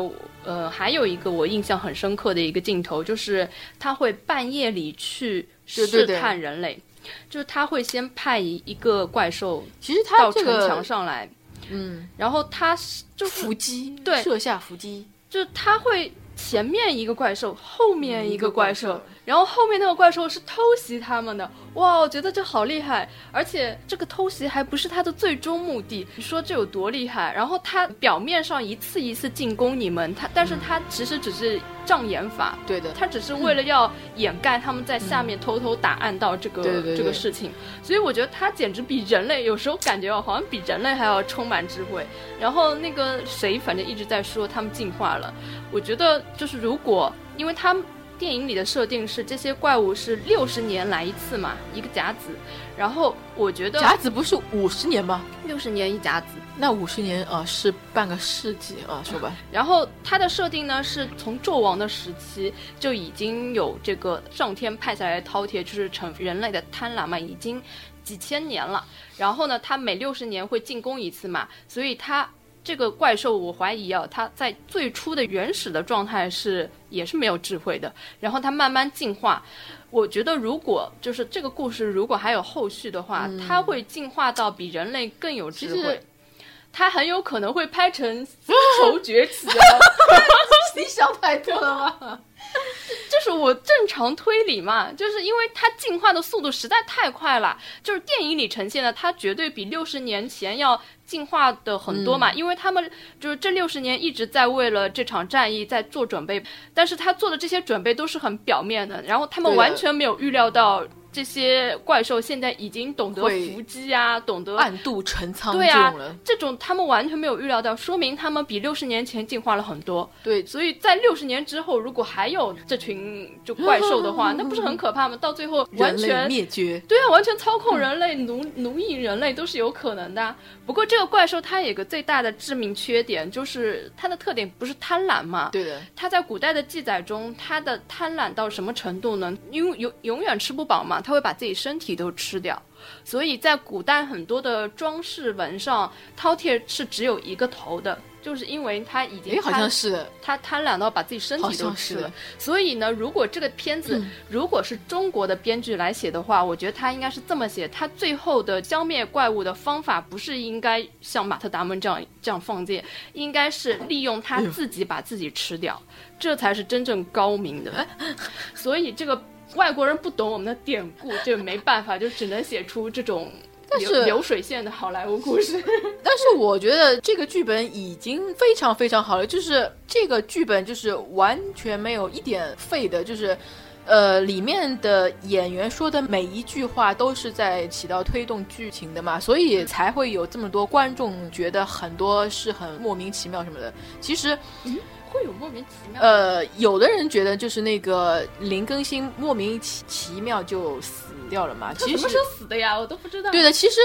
Speaker 3: 呃还有一个我印象很深刻的一个镜头，就是他会半夜里去
Speaker 4: 对对
Speaker 3: 试
Speaker 4: 对
Speaker 3: 探人类，就是他会先派一一个怪兽
Speaker 4: 其实他
Speaker 3: 到
Speaker 4: 这
Speaker 3: 城墙
Speaker 4: 个
Speaker 3: 上来，
Speaker 4: 嗯，
Speaker 3: 然后他是就是
Speaker 4: 伏 击，
Speaker 3: 对
Speaker 4: 设下伏击，
Speaker 3: 就是他会前面一个怪兽，后面一个怪兽，
Speaker 4: 嗯一个怪
Speaker 3: 然后后面那个怪兽是偷袭他们的。哇，我觉得这好厉害！而且这个偷袭还不是他的最终目的，你说这有多厉害？然后他表面上一次一次进攻你们，他但是他其实只是障眼法。
Speaker 4: 对的，
Speaker 3: 他只是为了要掩盖他们在下面偷偷打暗道这个、
Speaker 4: 对对对
Speaker 3: 这个事情，所以我觉得他简直比人类有时候感觉哦，好像比人类还要充满智慧。然后那个谁，反正一直在说他们进化了，我觉得就是如果，因为他们电影里的设定是这些怪物是六十年来一次嘛，一个甲子，然后我觉得
Speaker 4: 甲子不是五十年吗？
Speaker 3: 六十年一甲子，
Speaker 4: 那五十年啊、呃是半个世纪啊、说吧，
Speaker 3: 然后它的设定呢，是从纣王的时期就已经有这个上天派下来的饕餮，就是惩人类的贪婪嘛，已经几千年了。然后呢，它每六十年会进攻一次嘛，所以它这个怪兽，我怀疑啊，它在最初的原始的状态是也是没有智慧的，然后它慢慢进化。我觉得，如果就是这个故事，如果还有后续的话，它会进化到比人类更有智
Speaker 4: 嗯其
Speaker 3: 慧
Speaker 4: 实。
Speaker 3: 它很有可能会拍成 《仇崛起》啊，
Speaker 4: 你想太多了吧？
Speaker 3: 这是我正常推理嘛，就是因为它进化的速度实在太快了，就是电影里呈现的，它绝对比六十年前要进化的很多嘛，
Speaker 4: 嗯
Speaker 3: 因为他们就是这六十年一直在为了这场战役在做准备，但是他做的这些准备都是很表面的，然后他们
Speaker 4: 对的
Speaker 3: 完全没有预料到这些怪兽现在已经懂得
Speaker 4: 会
Speaker 3: 伏击啊，懂得
Speaker 4: 暗度陈仓
Speaker 3: 对
Speaker 4: 这
Speaker 3: 啊
Speaker 4: 种人，
Speaker 3: 这种他们完全没有预料到，说明他们比六十年前进化了很多。
Speaker 4: 对
Speaker 3: 所以在六十年之后，如果还有这群就怪兽的话，那不是很可怕吗？到最后完
Speaker 4: 人类
Speaker 3: 全
Speaker 4: 灭绝，
Speaker 3: 对啊，完全操控人类、奴奴役人类都是有可能的啊。不过这个怪兽它有个最大的致命缺点，就是它的特点不是贪婪嘛。
Speaker 4: 对的，
Speaker 3: 它在古代的记载中，它的贪婪到什么程度呢？因为永永远吃不饱嘛，它会把自己身体都吃掉。所以在古代很多的装饰纹上，饕餮是只有一个头的，就是因为它已经
Speaker 4: 诶，好像
Speaker 3: 贪
Speaker 4: 是的，
Speaker 3: 他贪婪到把自己身
Speaker 4: 好
Speaker 3: 体都
Speaker 4: 像是
Speaker 3: 吃
Speaker 4: 的
Speaker 3: 了。所以呢，如果这个片子、如果是中国的编剧来写的话，我觉得他应该是这么写：他最后的消灭怪物的方法不是应该像马特·达蒙这样这样放箭，应该是利用他自己把自己吃掉，这才是真正高明 的。所以这个。外国人不懂我们的典故，这没办法，就只能写出这种
Speaker 4: 但
Speaker 3: 流
Speaker 4: 是
Speaker 3: 流水线的好莱坞故事。
Speaker 4: 但是我觉得这个剧本已经非常非常好了，就是这个剧本就是完全没有一点废的，就是。呃，里面的演员说的每一句话都是在起到推动剧情的嘛，所以才会有这么多观众觉得很多是很莫名其妙什么的。其实，
Speaker 3: 会有莫名其妙的
Speaker 4: 呃，有的人觉得就是那个林更新莫名其其妙就死掉了嘛，
Speaker 3: 他
Speaker 4: 其
Speaker 3: 什
Speaker 4: 实
Speaker 3: 么时候死的呀？我都不知道。
Speaker 4: 对的，其实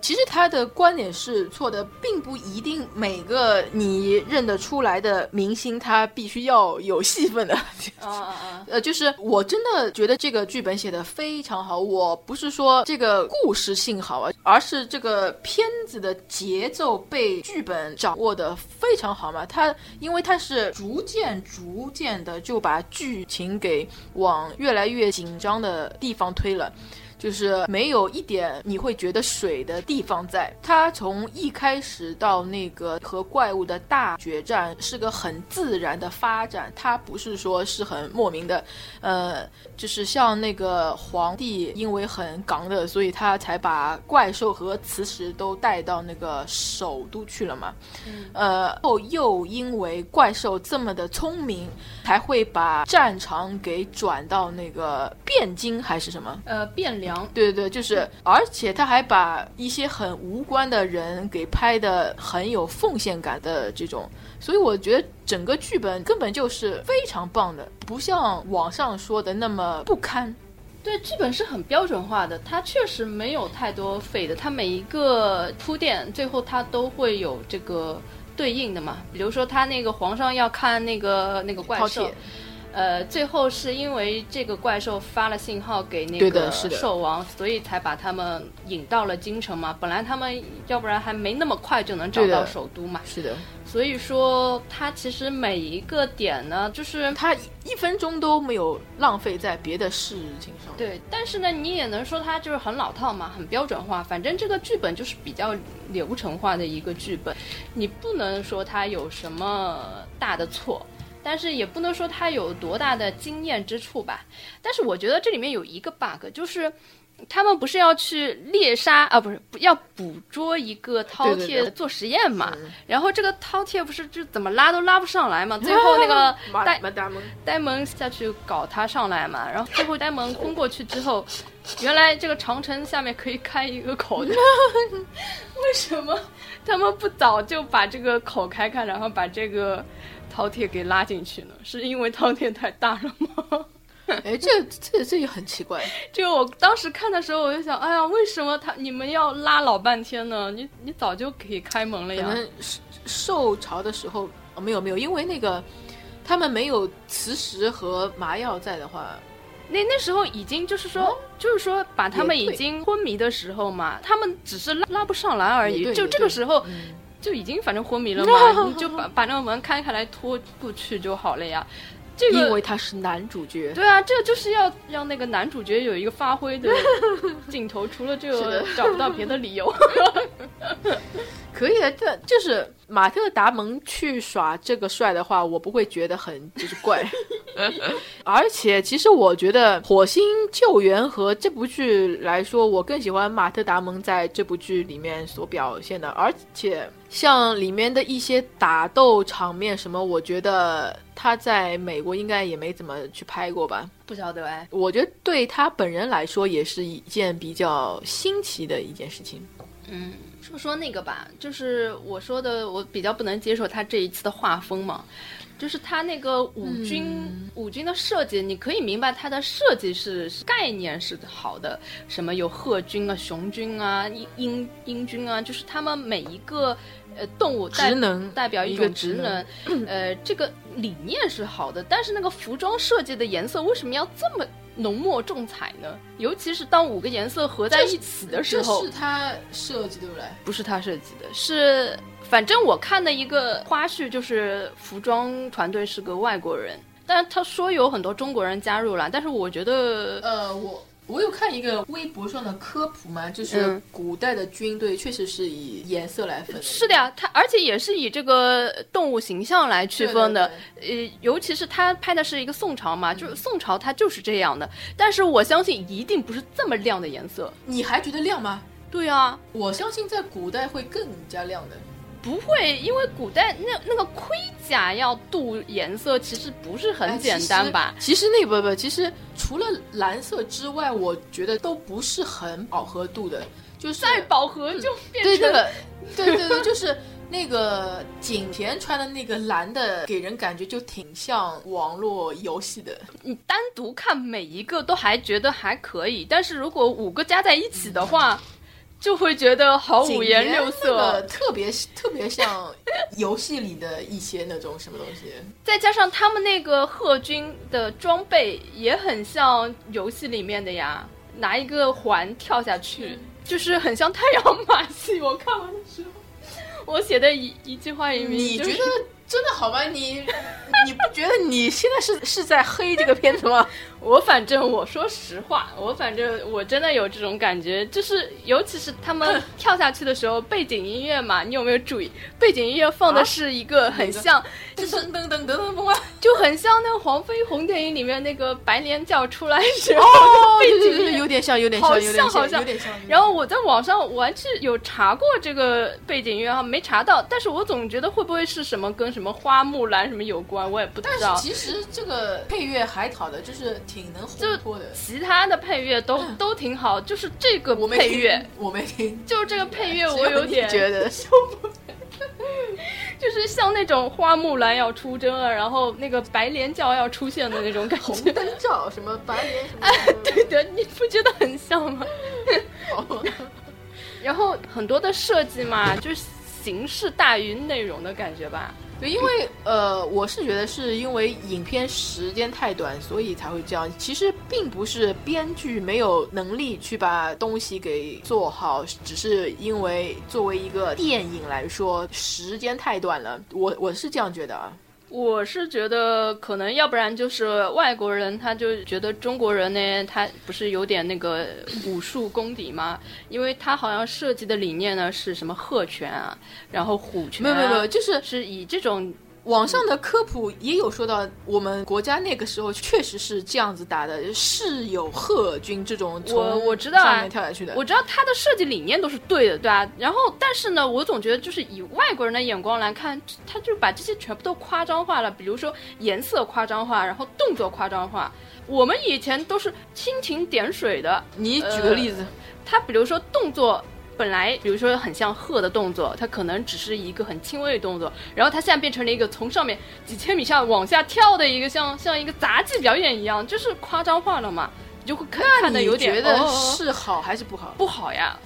Speaker 4: 其实他的观点是错的，并不一定每个你认得出来的明星他必须要有戏份的。
Speaker 3: 啊啊啊！
Speaker 4: 呃，就是我真的觉得这个剧本写的非常好。我不是说这个故事性好啊，而是这个片子的节奏被剧本掌握的非常好嘛。它因为它是逐渐逐渐的就把剧情给往越来越紧张的地方推了。就是没有一点你会觉得水的地方在。它从一开始到那个和怪物的大决战是个很自然的发展，它不是说是很莫名的，呃，就是像那个皇帝因为很港的，所以他才把怪兽和磁石都带到那个首都去了嘛。呃，后又因为怪兽这么的聪明，才会把战场给转到那个汴京还是什么？
Speaker 3: 呃，汴梁
Speaker 4: 对对对，就是，而且他还把一些很无关的人给拍的很有奉献感的这种所以我觉得整个剧本根本就是非常棒的，不像网上说的那么不堪。
Speaker 3: 对，剧本是很标准化的，它确实没有太多废的，它每一个铺垫最后它都会有这个对应的嘛。比如说他那个皇上要看那个那个怪
Speaker 4: 饕
Speaker 3: 兽
Speaker 4: 餮，
Speaker 3: 呃，最后是因为这个怪兽发了信号给那
Speaker 4: 对
Speaker 3: 个
Speaker 4: 的是的
Speaker 3: 兽王，所以才把他们引到了京城嘛。本来他们要不然还没那么快就能找
Speaker 4: 对的
Speaker 3: 到首都嘛。
Speaker 4: 是的，
Speaker 3: 所以说，它其实每一个点呢，就是
Speaker 4: 他一分钟都没有浪费在别的事情上。
Speaker 3: 对，但是呢，你也能说它就是很老套嘛，很标准化。反正这个剧本就是比较流程化的一个剧本，你不能说它有什么大的错，但是也不能说它有多大的惊艳之处吧。但是我觉得这里面有一个 bug，就是他们不是要去猎杀啊，不是不要捕捉一个饕
Speaker 4: 对对
Speaker 3: 餮
Speaker 4: 对
Speaker 3: 做实验嘛？
Speaker 4: 嗯
Speaker 3: 然后这个饕餮不是就怎么拉都拉不上来嘛？最后那 个
Speaker 2: 马
Speaker 3: 戴
Speaker 2: 马达蒙，
Speaker 3: 呆萌下去搞他上来嘛，然后最后呆萌昏过去之 后，原来这个长城下面可以开一个口的， 为什么他们不早就把这个口开开，然后把这个饕餮给拉进去呢？是因为饕餮太大了吗？
Speaker 4: 哎，这这这也很奇怪。
Speaker 3: 这个我当时看的时候，我就想，哎呀，为什么他你们要拉老半天呢？你你早就可以开门了
Speaker 4: 可
Speaker 3: 哎呀。
Speaker 4: 能受受潮的时候、哦、没有没有，因为那个他们没有磁石和麻药在的话，
Speaker 3: 那那时候已经就是说，就是说把他们
Speaker 4: 哦也
Speaker 3: 已
Speaker 4: 对
Speaker 3: 经昏迷的时候嘛，他们只是拉拉不上来而
Speaker 4: 也
Speaker 3: 已。
Speaker 4: 对
Speaker 3: 就
Speaker 4: 也
Speaker 3: 这个
Speaker 4: 对
Speaker 3: 时候
Speaker 4: 嗯
Speaker 3: 就已经反正昏迷了 嘛，你就把把那个门开开来拖过去就好了呀。这
Speaker 4: 因
Speaker 3: 个
Speaker 4: 为他是男主角，
Speaker 3: 对啊，这个就是要让那个男主角有一个发挥的镜头，除了 这
Speaker 4: 是
Speaker 3: 个
Speaker 4: 的
Speaker 3: 找不到别的理由。
Speaker 4: 可以的。这就是马特达蒙去耍这个帅的话，我不会觉得很就是 怪。而且，其实我觉得《火星救援》和这部剧来说，我更喜欢马特达蒙在这部剧里面所表现的。而且，像里面的一些打斗场面什么，我觉得他在美国应该也没怎么去拍过吧。
Speaker 3: 不晓得哎，
Speaker 4: 我觉得对他本人来说，也是一件比较新奇的一件事情。
Speaker 3: 嗯，说说那个吧，就是我说的，我比较不能接受他这一次的画风嘛，就是他那个五军、五军的设计，你可以明白它的设计是是概念是好的，什么有鹤军啊、雄军啊、鹰鹰鹰军啊，就是他们每一个呃动物代
Speaker 4: 职能
Speaker 3: 代表一
Speaker 4: 个
Speaker 3: 种职能，呃，这个理念是好的，但是那个服装设计的颜色为什么要这么浓墨重彩呢？尤其是当五个颜色合在一起的时候，
Speaker 4: 他设计对不对？
Speaker 3: 不是他设计的，是反正我看的一个花絮，就是服装团队是个外国人，但他说有很多中国人加入了，但是我觉得
Speaker 4: 呃，我我有看一个微博上的科普嘛，就是
Speaker 3: 嗯
Speaker 4: 古代的军队确实是以颜色来分的，
Speaker 3: 是的呀，他而且也是以这个动物形象来区分的，呃，尤其是他拍的是一个宋朝
Speaker 4: 嗯
Speaker 3: 嘛，就是宋朝它就是这样的，但是我相信一定不是这么亮的颜色。
Speaker 4: 你还觉得亮吗？
Speaker 3: 对啊，
Speaker 4: 我相信在古代会更加亮的。
Speaker 3: 不会，因为古代那那个盔甲要镀颜色，其实不是很
Speaker 4: 哎
Speaker 3: 简单吧？？
Speaker 4: 其实其实那不不，其实除了蓝色之外，我觉得都不是很饱和度的，就是
Speaker 3: 再饱和就变
Speaker 4: 对
Speaker 3: 成
Speaker 4: 那个，对对对，就是那个景甜穿的那个蓝的，给人感觉就挺像网络游戏的。
Speaker 3: 你单独看每一个都还觉得还可以，但是如果五个加在一起的话，就会觉得好五颜六
Speaker 4: 嗯景甜那
Speaker 3: 色
Speaker 4: 个。特别特别像游戏里的一些那种什么东西。
Speaker 3: 再加上他们那个贺军的装备也很像游戏里面的呀，拿一个环跳下
Speaker 4: 嗯
Speaker 3: 去，就是很像太阳马戏。我看完的时候，我写的一一句话里面、
Speaker 4: 你
Speaker 3: 就
Speaker 4: 觉
Speaker 3: 是，
Speaker 4: 得真的好吗？你你不觉得你现在是是在黑这个片子吗？
Speaker 3: 我反正我说实话，我反正我真的有这种感觉，就是尤其是他们跳下去的时候，背景音乐嘛，你有没有注意？背景音乐放的是一个很像，
Speaker 4: 就是噔噔噔噔噔噔。
Speaker 3: 就很像那个黄飞鸿电影里面那个白莲教出来时候。
Speaker 4: 哦，
Speaker 3: 背
Speaker 4: 对对
Speaker 3: 景
Speaker 4: 对
Speaker 3: 音
Speaker 4: 对，
Speaker 3: 乐
Speaker 4: 有点像，有点
Speaker 3: 好
Speaker 4: 有
Speaker 3: 像
Speaker 4: 点
Speaker 3: 好
Speaker 4: 像，
Speaker 3: 像
Speaker 4: 有点像。有点
Speaker 3: 然后我在网上我还去有查过这个背景音乐哈，没查到，但是我总觉得会不会是什么跟什么花木兰什么有关，我也不知道
Speaker 4: 但。是其实这个配乐还好的，就是挺能烘托的。
Speaker 3: 其他的配乐 都都挺好，就是这个
Speaker 4: 我没
Speaker 3: 配乐，
Speaker 4: 听，我没听。
Speaker 3: 就这个配乐
Speaker 4: 只
Speaker 3: 我
Speaker 4: 有
Speaker 3: 有
Speaker 4: 你
Speaker 3: 点
Speaker 4: 觉得，
Speaker 3: 就是像那种花木兰要出征啊，然后那个白莲教要出现的那种感
Speaker 4: 红
Speaker 3: 觉。
Speaker 4: 灯照什么白莲什么，
Speaker 3: 对的，你不觉得很像吗？然后很多的设计嘛，就是形式大于内容的感觉吧。
Speaker 4: 对，因为呃，我是觉得是因为影片时间太短，所以才会这样。其实并不是编剧没有能力去把东西给做好，只是因为作为一个电影来说，时间太短了。我我是这样觉得啊。
Speaker 3: 我是觉得可能，要不然就是外国人他就觉得中国人呢，他不是有点那个武术功底吗？因为他好像设计的理念呢是什么鹤拳啊，然后虎拳、
Speaker 4: 没
Speaker 3: 啊，
Speaker 4: 有没有没有，呃就是
Speaker 3: 是以这种
Speaker 4: 网上的科普也有说到，我们国家那个时候确实是这样子打的，是有贺军这种从
Speaker 3: 我我知道啊
Speaker 4: 上面跳下去的。
Speaker 3: 我知道他的设计理念都是对的，对吧、然后，但是呢，我总觉得就是以外国人的眼光来看，他就把这些全部都夸张化了，比如说颜色夸张化，然后动作夸张化。我们以前都是蜻蜓点水的，呃
Speaker 4: 你举个例子，
Speaker 3: 他比如说动作。本来，比如说很像鹤的动作，它可能只是一个很轻微的动作，然后它现在变成了一个从上面几千米下往下跳的一个像像一个杂技表演一样，就是夸张化了嘛，你就会看看的有点
Speaker 4: 你觉得
Speaker 3: 哦
Speaker 4: 是好还是不好？
Speaker 3: 不好呀，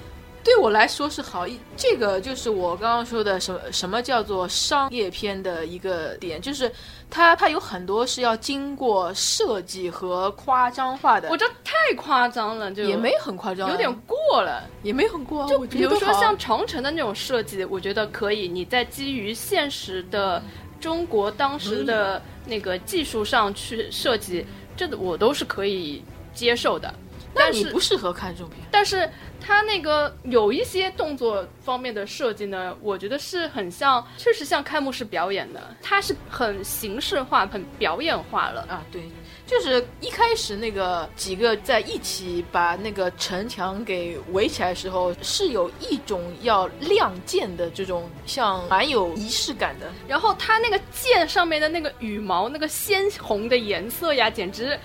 Speaker 4: 对我来说是好，一这个就是我刚刚说的什么什么叫做商业片的一个点，就是它它有很多是要经过设计和夸张化的，
Speaker 3: 我这太夸张了，就
Speaker 4: 也没很夸张啊，
Speaker 3: 有点过了。
Speaker 4: 也没很过啊，
Speaker 3: 就
Speaker 4: 我觉
Speaker 3: 比
Speaker 4: 得
Speaker 3: 如
Speaker 4: 都
Speaker 3: 说
Speaker 4: 好啊
Speaker 3: 像长城的那种设计，我觉得可以。你在基于现实的中国当时
Speaker 4: 嗯
Speaker 3: 的那个技术上去设计，这我都是可以接受的。
Speaker 4: 那
Speaker 3: 但
Speaker 4: 你
Speaker 3: 是
Speaker 4: 不适合看这种片。
Speaker 3: 但是它那个有一些动作方面的设计呢，我觉得是很像，确实像开幕式表演的，它是很形式化、很表演化了。
Speaker 4: 啊，对，就是一开始那个几个在一起把那个城墙给围起来的时候，是有一种要亮剑的这种，像蛮有仪式感的。
Speaker 3: 然后它那个剑上面的那个羽毛，那个鲜红的颜色呀，简直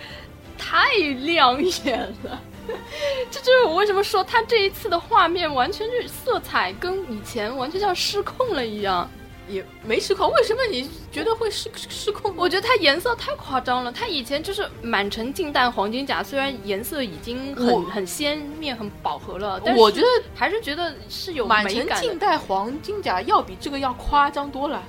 Speaker 3: 太亮眼了。 这就是我为什么说它这一次的画面完全是色彩跟以前完全像失控了一样。
Speaker 4: 也没失控，为什么你觉得会失失控呢？
Speaker 3: 我觉得它颜色太夸张了，它以前就是满城尽带黄金甲，虽然颜色已经
Speaker 4: 我
Speaker 3: 很很鲜面、很饱和了，但是
Speaker 4: 我觉得
Speaker 3: 还是觉得是有
Speaker 4: 满
Speaker 3: 美
Speaker 4: 城
Speaker 3: 感的
Speaker 4: 尽。带黄金甲要比这个要夸张多了。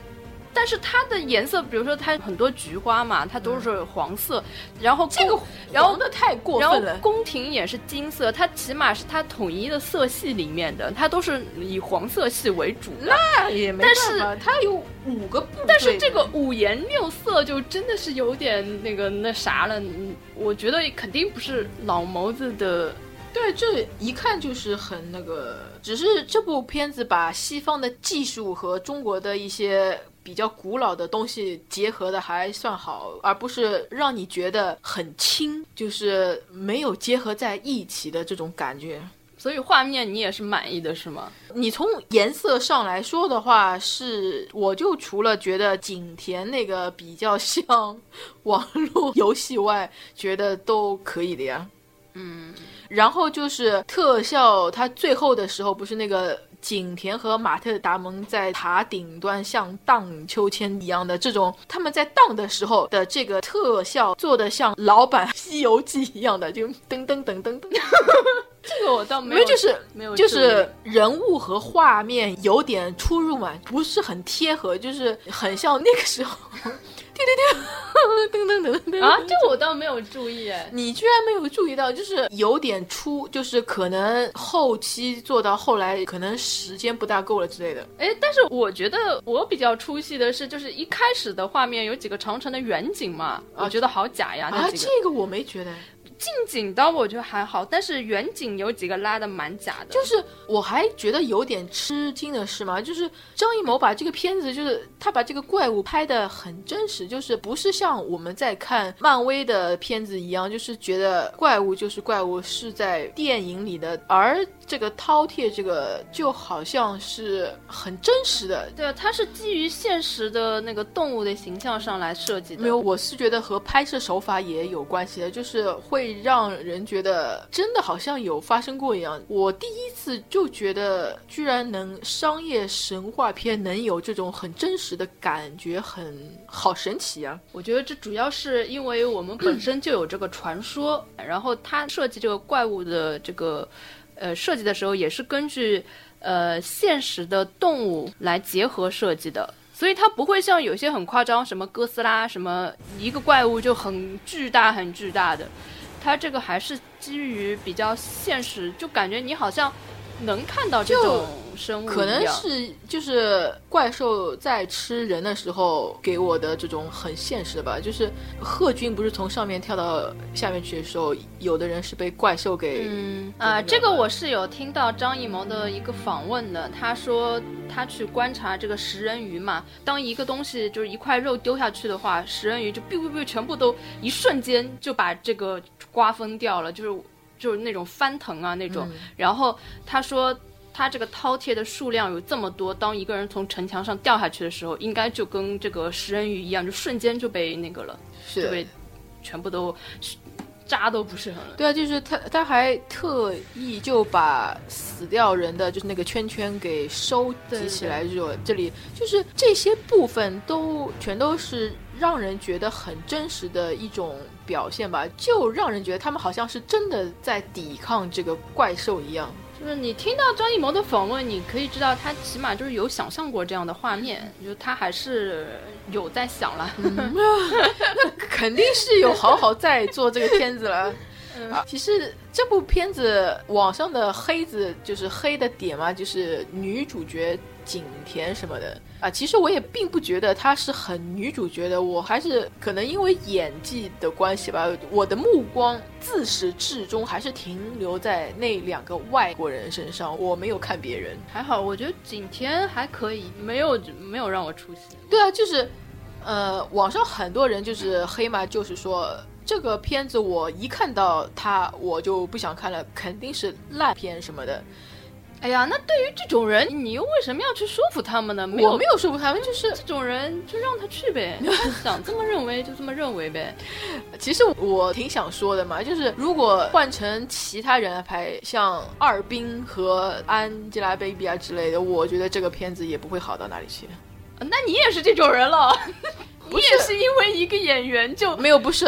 Speaker 3: 但是它的颜色，比如说它很多菊花嘛，它都是黄色，然后
Speaker 4: 这个
Speaker 3: 然后
Speaker 4: 黄的太过
Speaker 3: 然后
Speaker 4: 分了。
Speaker 3: 宫廷也是金色，它起码是它统一的色系里面的，它都是以黄色系为主的。
Speaker 4: 那也没
Speaker 3: 但
Speaker 4: 办法，它有五个部队，
Speaker 3: 但是这个五颜六色就真的是有点那个那啥了，嗯我觉得肯定不是老谋子的。
Speaker 4: 对，这一看就是很那个，只是这部片子把西方的技术和中国的一些比较古老的东西结合的还算好，而不是让你觉得很轻，就是没有结合在一起的这种感觉。
Speaker 3: 所以画面你也是满意的是吗？
Speaker 4: 你从颜色上来说的话，是我就除了觉得景甜那个比较像 网络游戏外，觉得都可以的呀。
Speaker 3: 嗯，
Speaker 4: 然后就是特效，它最后的时候不是那个景甜和马特达蒙在塔顶端像荡秋千一样的这种，他们在荡的时候的这个特效做的像老版《西游记》一样的，就噔噔噔噔噔，
Speaker 3: 这个我倒没
Speaker 4: 没有就是。
Speaker 3: 没有
Speaker 4: 就
Speaker 3: 注意
Speaker 4: 是人物和画面有点出入嘛，不是很贴合，就是很像那个时候， 对对对，噔噔噔噔噔
Speaker 3: 啊，这我倒没有注意哎。
Speaker 4: 你居然没有注意到，就是有点出，就是可能后期做到后来，可能时间不大够了之类的。
Speaker 3: 哎，但是我觉得我比较出戏的是，就是一开始的画面有几个长城的远景嘛，我觉得好假呀，
Speaker 4: 啊
Speaker 3: 那，几个。
Speaker 4: 这个我没觉得，
Speaker 3: 近景倒我觉得还好，但是远景有几个拉的蛮假的，
Speaker 4: 就是我还觉得有点吃惊的是嘛，就是张艺谋把这个片子，就是他把这个怪物拍的很真实，就是不是像我们在看看漫威的片子一样，就是觉得怪物就是怪物是在电影里的，而这个饕餮这个就好像是很真实的。
Speaker 2: 对啊，它是基于现实的那个动物的形象上来设计的。
Speaker 4: 没有，我是觉得和拍摄手法也有关系的，就是会让人觉得真的好像有发生过一样。我第一次就觉得，居然能商业神话片能有这种很真实的感觉，很好神奇啊！
Speaker 3: 我觉得这主要是因为我们本身就有这个传说，然后他设计这个怪物的这个呃设计的时候，也是根据呃现实的动物来结合设计的。所以它不会像有些很夸张，什么哥斯拉，什么一个怪物就很巨大、很巨大的，它这个还是基于比较现实，就感觉你好像能看到这种生物一样，
Speaker 4: 可能是就是怪兽在吃人的时候给我的这种很现实的吧，就是贺军不是从上面跳到下面去的时候，有的人是被怪兽给
Speaker 3: 嗯啊，这个我是有听到张艺谋的一个访问的，他说他去观察这个食人鱼嘛，当一个东西就是一块肉丢下去的话，食人鱼就 biu biu biu 全部都一瞬间就把这个瓜分掉了，就是就是那种翻腾啊那种。然后他说他这个饕餮的数量有这么多，当一个人从城墙上掉下去的时候，应该就跟这个食人鱼一样，就瞬间就被那个了，
Speaker 4: 是
Speaker 3: 就被全部都渣都不剩了。
Speaker 4: 对啊，就是他，他还特意就把死掉人的就是那个圈圈给收集起来，这种这里就是这些部分都全都是让人觉得很真实的一种表现吧，就让人觉得他们好像是真的在抵抗这个怪兽一样。
Speaker 3: 就是你听到张艺谋的访问，你可以知道他起码就是有想象过这样的画面，就是他还是有在想了。
Speaker 4: 肯定是有好好在做这个片子了。啊，其实这部片子网上的黑子就是黑的点嘛，就是女主角景甜什么的啊。其实我也并不觉得她是很女主角的，我还是可能因为演技的关系吧，我的目光自始至终还是停留在那两个外国人身上，我没有看别人。
Speaker 3: 还好，我觉得景甜还可以，没有没有让我出戏。
Speaker 4: 对啊，就是，呃，网上很多人就是黑嘛，就是说这个片子我一看到它我就不想看了，肯定是烂片什么的。
Speaker 3: 哎呀，那对于这种人，你又为什么要去说服他们呢？没
Speaker 4: 我
Speaker 3: 有
Speaker 4: 没有说服他们，就是
Speaker 3: 这种人就让他去 呗，想这么认为就这么认为呗。
Speaker 4: 其实我挺想说的嘛，就是如果换成其他人来拍，像哈尔滨和 Angelababy 啊之类的，我觉得这个片子也不会好到哪里去。
Speaker 3: 那你也是这种人 了，你
Speaker 4: 是
Speaker 3: 也是因为一个演员就
Speaker 4: 没有，不是，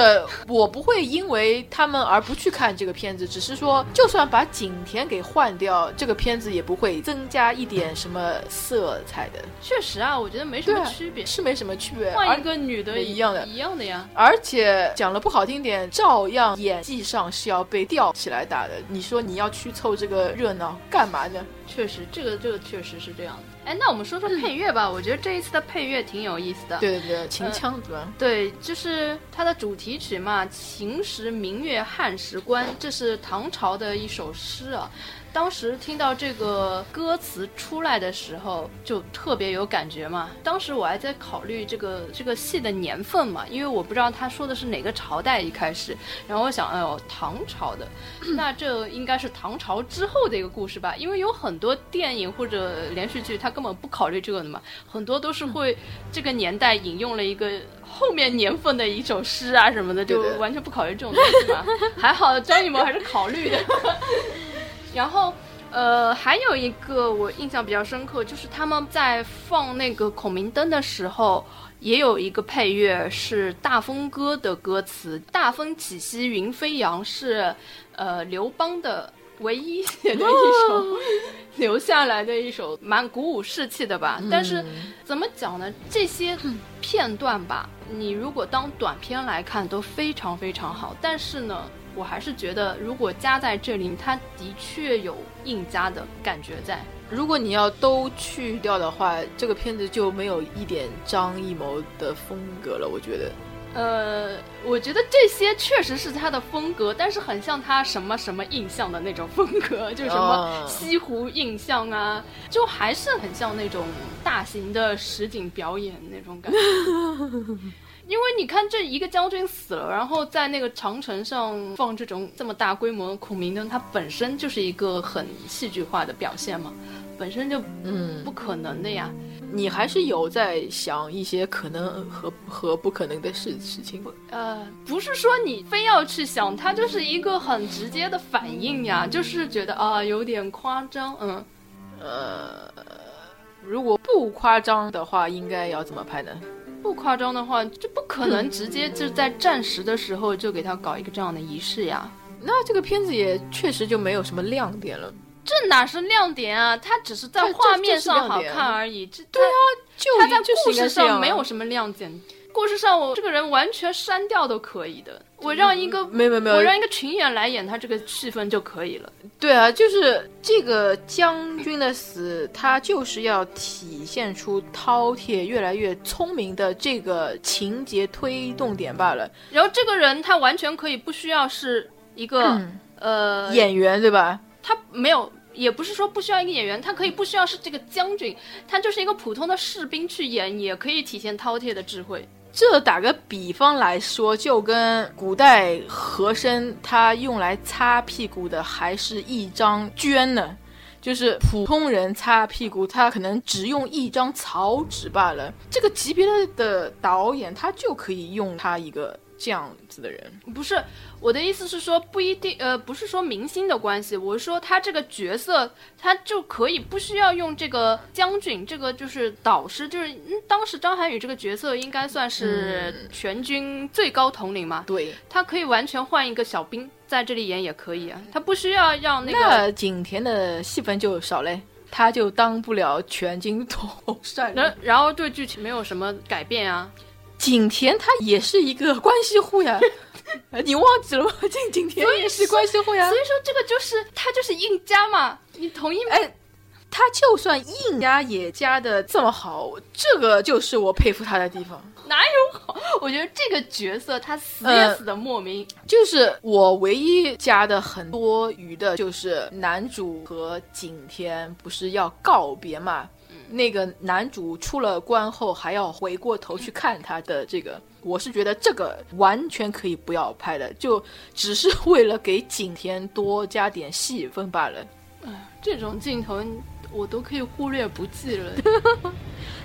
Speaker 4: 我不会因为他们而不去看这个片子，只是说，就算把景甜给换掉，这个片子也不会增加一点什么色彩的，
Speaker 3: 确实啊，我觉得没什
Speaker 4: 对
Speaker 3: 么
Speaker 4: 啊
Speaker 3: 区别，
Speaker 4: 是没什么区别。
Speaker 3: 换
Speaker 4: 而
Speaker 3: 一个女的
Speaker 4: 一样的
Speaker 3: 一样的呀。
Speaker 4: 而且讲了不好听点，照样演技上是要被吊起来打的。你说你要去凑这个热闹干嘛呢？
Speaker 3: 确实，这个这个确实是这样的。哎，那我们说说配乐吧，我觉得这一次的配乐挺有意思的。
Speaker 4: 对对对，秦腔对吧？
Speaker 3: 对，就是它的主题曲嘛，《秦时明月汉时关》，这是唐朝的一首诗啊。当时听到这个歌词出来的时候，就特别有感觉嘛。当时我还在考虑这个这个戏的年份嘛，因为我不知道他说的是哪个朝代一开始。然后我想，哎呦，唐朝的，那这应该是唐朝之后的一个故事吧？因为有很多电影或者连续剧，它根本不考虑这个的嘛，很多都是
Speaker 4: 嗯
Speaker 3: 会这个年代引用了一个后面年份的一首诗啊什么的，就
Speaker 4: 对的
Speaker 3: 完全不考虑这种东西 嘛。还好张艺谋还是考虑的。 然后，呃，还有一个我印象比较深刻，就是他们在放那个孔明灯的时候，也有一个配乐是《大风歌》的歌词，“大风起兮云飞扬”是呃刘邦的唯一写的一首、 留下来的一首蛮鼓舞士气的吧。但是怎么讲呢？这些片段吧，你如果当短片来看都非常非常好，但是呢。我还是觉得，如果加在这里，它的确有硬加的感觉在。
Speaker 4: 如果你要都去掉的话，这个片子就没有一点张艺谋的风格了。我觉得，
Speaker 3: 呃，我觉得这些确实是他的风格，但是很像他什么什么印象的那种风格， 就是什么
Speaker 4: 哦
Speaker 3: 西湖印象啊，就还是很像那种大型的实景表演那种感觉。因为你看这一个将军死了，然后在那个长城上放这种这么大规模的孔明灯，它本身就是一个很戏剧化的表现嘛，本身就
Speaker 4: 嗯，
Speaker 3: 不可能的呀。
Speaker 4: 你还是有在想一些可能和和不可能的事事情。
Speaker 3: 呃，不是说你非要去想，它就是一个很直接的反应呀，就是觉得啊、有点夸张，嗯，
Speaker 4: 如果不夸张的话，应该要怎么拍呢？
Speaker 3: 不夸张的话，这不可能直接就在战时的时候就给他搞一个这样的仪式呀。
Speaker 4: 那这个片子也确实就没有什么亮点了，
Speaker 3: 这哪是亮点啊？它只是在
Speaker 4: 这这
Speaker 3: 画面
Speaker 4: 这
Speaker 3: 上
Speaker 4: 是
Speaker 3: 好
Speaker 4: 亮点
Speaker 3: 看而已。这
Speaker 4: 对啊，就
Speaker 3: 他在
Speaker 4: 就是
Speaker 3: 故
Speaker 4: 应该
Speaker 3: 事
Speaker 4: 这样啊
Speaker 3: 上没有什么亮点。故事上，我这个人完全删掉都可以的。我让一个
Speaker 4: 嗯没有没有没有
Speaker 3: 我让一个群演来演他这个戏份就可以了。
Speaker 4: 对啊，就是这个将军的死，他就是要体现出饕餮越来越聪明的这个情节推动点罢了。
Speaker 3: 然后这个人他完全可以不需要是一个、呃，
Speaker 4: 演员对吧？
Speaker 3: 他没有。也不是说不需要一个演员，他可以不需要是这个将军，他就是一个普通的士兵去演，也可以体现饕餮的智慧。
Speaker 4: 这打个比方来说，就跟古代和珅他用来擦屁股的还是一张绢呢，就是普通人擦屁股，他可能只用一张草纸罢了。这个级别的导演，他就可以用他一个这样子的人。
Speaker 3: 不是我的意思是说，不一定，呃，不是说明星的关系，我是说他这个角色，他就可以不需要用这个将军，这个就是导师，就是、嗯当时张涵予这个角色应该算是全军最高统领嘛，
Speaker 4: 对，
Speaker 3: 他可以完全换一个小兵在这里演也可以啊，他不需要让那个。
Speaker 4: 那景甜的戏份就少嘞，他就当不了全军 统帅了。
Speaker 3: 然然后对剧情没有什么改变啊，
Speaker 4: 景甜她也是一个关系户呀， 你忘记了吗？ 景景甜也是关系户呀
Speaker 3: 所。以说这个就是他就是硬加嘛，你同意吗？
Speaker 4: 哎，他就算硬压也加的这么好，这个就是我佩服他的地方。
Speaker 3: 哪有好？我觉得这个角色他死也
Speaker 4: 呃
Speaker 3: 死的莫名。
Speaker 4: 就是我唯一加的很多余的，就是男主和景甜不是要告别嘛？那个男主出了关后还要回过头去看他的这个，我是觉得这个完全可以不要拍的，就只是为了给景甜多加点戏份罢了。
Speaker 3: 这种镜头我都可以忽略不计了。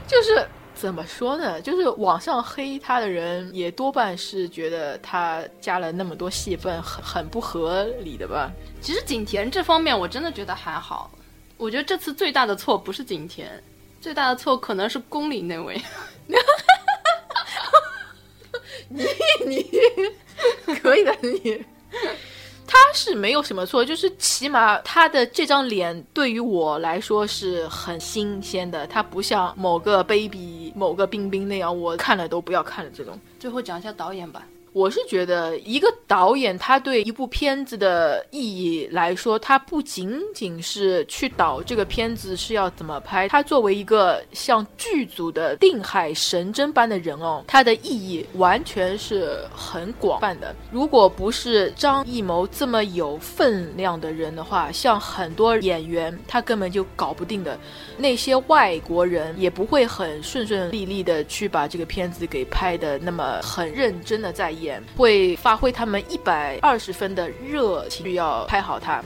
Speaker 4: 就是怎么说呢？就是网上黑他的人也多半是觉得他加了那么多戏份很很不合理的吧？
Speaker 3: 其实景甜这方面我真的觉得还好，我觉得这次最大的错不是景甜，最大的错可能是宫里那位。
Speaker 4: 可以的，你。他是没有什么错，就是起码他的这张脸对于我来说是很新鲜的，他不像某个 baby、某个冰冰那样，我看了都不要看了这种。
Speaker 3: 最后讲一下导演吧，
Speaker 4: 我是觉得，一个导演他对一部片子的意义来说，他不仅仅是去导这个片子是要怎么拍，他作为一个像剧组的定海神针般的人哦，他的意义完全是很广泛的。如果不是张艺谋这么有分量的人的话，像很多演员他根本就搞不定的，那些外国人也不会很顺顺利利的去把这个片子给拍的那么很认真的在演，会发挥他们一百二十分的热情，要拍好它。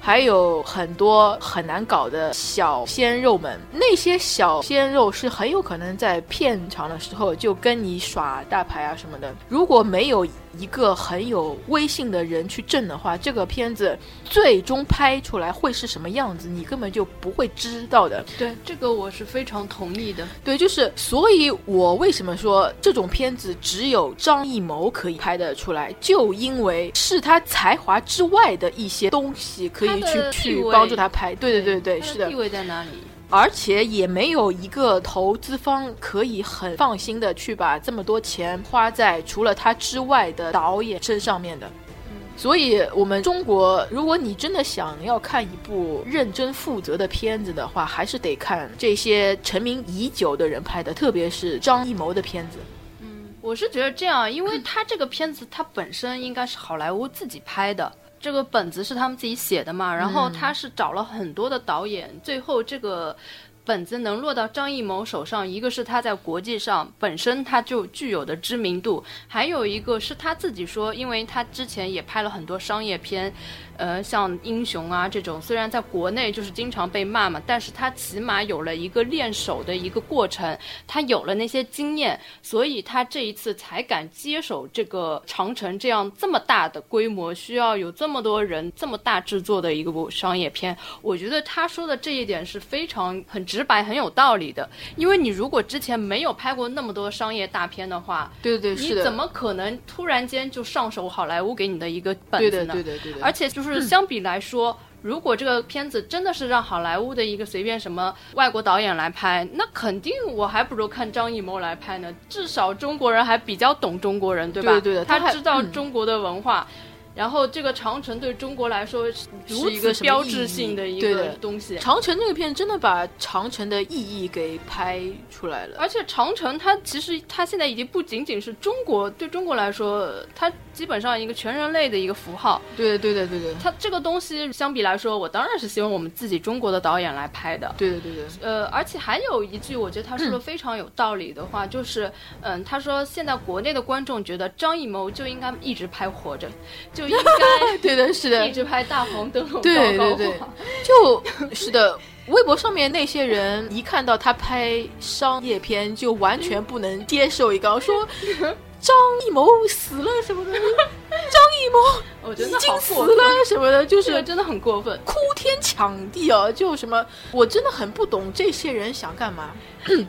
Speaker 4: 还有很多很难搞的小鲜肉们，那些小鲜肉是很有可能在片场的时候就跟你耍大牌啊什么的。如果没有一个很有威信的人去挣的话，这个片子最终拍出来会是什么样子，你根本就不会知道的。
Speaker 3: 对这个我是非常同意的。
Speaker 4: 对，就是，所以我为什么说这种片子只有张艺谋可以拍得出来，就因为是他才华之外的一些东西可以
Speaker 3: 他的
Speaker 4: 去
Speaker 3: 地
Speaker 4: 去
Speaker 3: 位
Speaker 4: 帮助他拍。对对对对，
Speaker 3: 他
Speaker 4: 是
Speaker 3: 地
Speaker 4: 的，
Speaker 3: 位在哪里？
Speaker 4: 而且也没有一个投资方可以很放心的去把这么多钱花在除了他之外的导演身上面的。所以，我们中国，如果你真的想要看一部认真负责的片子的话，还是得看这些成名已久的人拍的，特别是张艺谋的片子。
Speaker 3: 我是觉得这样，因为他这个片子它本身应该是好莱坞自己拍的，这个本子是他们自己写的嘛，然后他是找了很多的导演，最后这个。本子能落到张艺谋手上，一个是他在国际上本身他就具有的知名度，还有一个是他自己说，因为他之前也拍了很多商业片，呃，像《英雄啊》这种，虽然在国内就是经常被骂嘛，但是他起码有了一个练手的一个过程，他有了那些经验，所以他这一次才敢接手这个长城这样这么大的规模，需要有这么多人、这么大制作的一个部商业片。我觉得他说的这一点是非常很直白、很有道理的，因为你如果之前没有拍过那么多商业大片的话，
Speaker 4: 对对
Speaker 3: 你
Speaker 4: 是的，
Speaker 3: 怎么可能突然间就上手好莱坞给你的一个本
Speaker 4: 对
Speaker 3: 子
Speaker 4: 的
Speaker 3: 呢？
Speaker 4: 对的对的，嗯
Speaker 3: 而且就是相比来说，如果这个片子真的是让好莱坞的一个随便什么外国导演来拍，那肯定我还不如看张艺谋来拍呢。至少中国人还比较懂中国人，对吧？
Speaker 4: 对对的他
Speaker 3: 他
Speaker 4: 还
Speaker 3: 知道
Speaker 4: 嗯
Speaker 3: 中国的文化。然后这个长城对中国来说是如
Speaker 4: 是一个
Speaker 3: 此
Speaker 4: 什么
Speaker 3: 标
Speaker 4: 意
Speaker 3: 志
Speaker 4: 义
Speaker 3: 性的一
Speaker 4: 对
Speaker 3: 个
Speaker 4: 的
Speaker 3: 东西，
Speaker 4: 长城这个片真的把长城的意义给拍出来了。
Speaker 3: 而且长城它其实它现在已经不仅仅是中国对中国来说，它基本上一个全人类的一个符号。
Speaker 4: 对的对的对的
Speaker 3: 它这个东西相比来说，我当然是希望我们自己中国的导演来拍的。
Speaker 4: 对的对的，
Speaker 3: 呃，而且还有一句，我觉得他
Speaker 4: 嗯
Speaker 3: 说的非常有道理的话，就是，嗯，他说现在国内的观众觉得张艺谋就应该一直拍《活着》，就应
Speaker 4: 对的是
Speaker 3: 该
Speaker 4: 的
Speaker 3: 一，直拍《大红灯笼
Speaker 4: 对
Speaker 3: 高高
Speaker 4: 对
Speaker 3: 挂》
Speaker 4: 对，就是的。微博上面那些人一看到他拍商业片，就完全不能接受一个说张艺谋死了什么的，张 艺谋
Speaker 3: 我觉得
Speaker 4: 已
Speaker 3: 那好
Speaker 4: 经死
Speaker 3: 过分，
Speaker 4: 了什么的，就
Speaker 3: 这个
Speaker 4: 是
Speaker 3: 真的很过 分。
Speaker 4: 哭天抢地啊，就什么，我真的很不懂这些人想干嘛。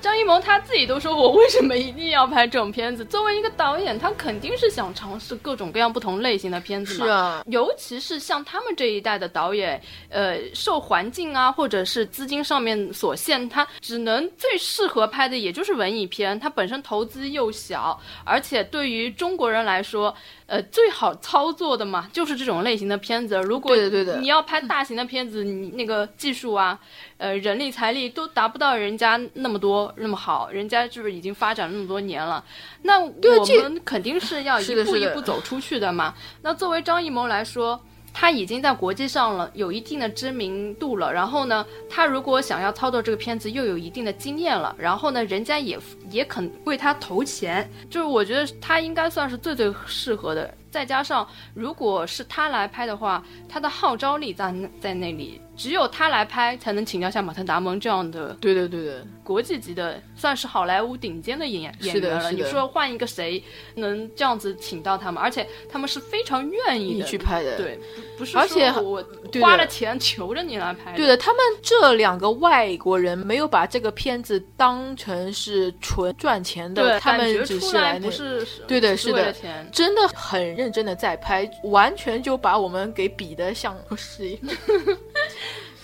Speaker 3: 张艺谋他自己都说，我为什么一定要拍这种片子？作为一个导演，他肯定是想尝试各种各样不同类型的片子嘛。
Speaker 4: 是啊，
Speaker 3: 尤其是像他们这一代的导演，呃，受环境啊或者是资金上面所限，他只能最适合拍的也就是文艺片，它本身投资又小，而且对于中国人来说，呃，最好操作的嘛就是这种类型的片子。如果
Speaker 4: 对的对的
Speaker 3: 你要拍大型的片子，你那个技术啊，呃，人力财力都达不到人家那么多那么好，人家就是已经发展了那么多年了，那我
Speaker 4: 这
Speaker 3: 们肯定是要
Speaker 4: 是
Speaker 3: 一
Speaker 4: 的
Speaker 3: 步
Speaker 4: 是
Speaker 3: 一
Speaker 4: 的
Speaker 3: 步走出去的嘛。那作为张艺谋来说，他已经在国际上了有一定的知名度了。然后呢，他如果想要操作这个片子，又有一定的经验了。然后呢，人家也也肯为他投钱，就是我觉得他应该算是最最适合的。再加上，如果是他来拍的话，他的号召力在那在那里，只有他来拍才能请教像马特·达蒙这样的
Speaker 4: 对的对的，
Speaker 3: 国际级的，算是好莱坞顶尖的演员演
Speaker 4: 是的
Speaker 3: 员了。
Speaker 4: 是
Speaker 3: 你
Speaker 4: 的
Speaker 3: 说换一个谁能这样子请到他们？而且他们是非常愿意
Speaker 4: 你
Speaker 3: 的
Speaker 4: 去拍的，
Speaker 3: 对，不不是说
Speaker 4: 而且
Speaker 3: 我
Speaker 4: 对的
Speaker 3: 花了钱求着你来拍的，
Speaker 4: 对的，他们这两个外国人没有把这个片子当成是纯赚钱的，
Speaker 3: 对，
Speaker 4: 他
Speaker 3: 感觉
Speaker 4: 们只
Speaker 3: 出
Speaker 4: 是
Speaker 3: 来
Speaker 4: 那
Speaker 3: 不是
Speaker 4: 对的
Speaker 3: 只
Speaker 4: 是
Speaker 3: 为
Speaker 4: 的
Speaker 3: 了钱。
Speaker 4: 真的很认真的在拍，完全就把我们给比的像是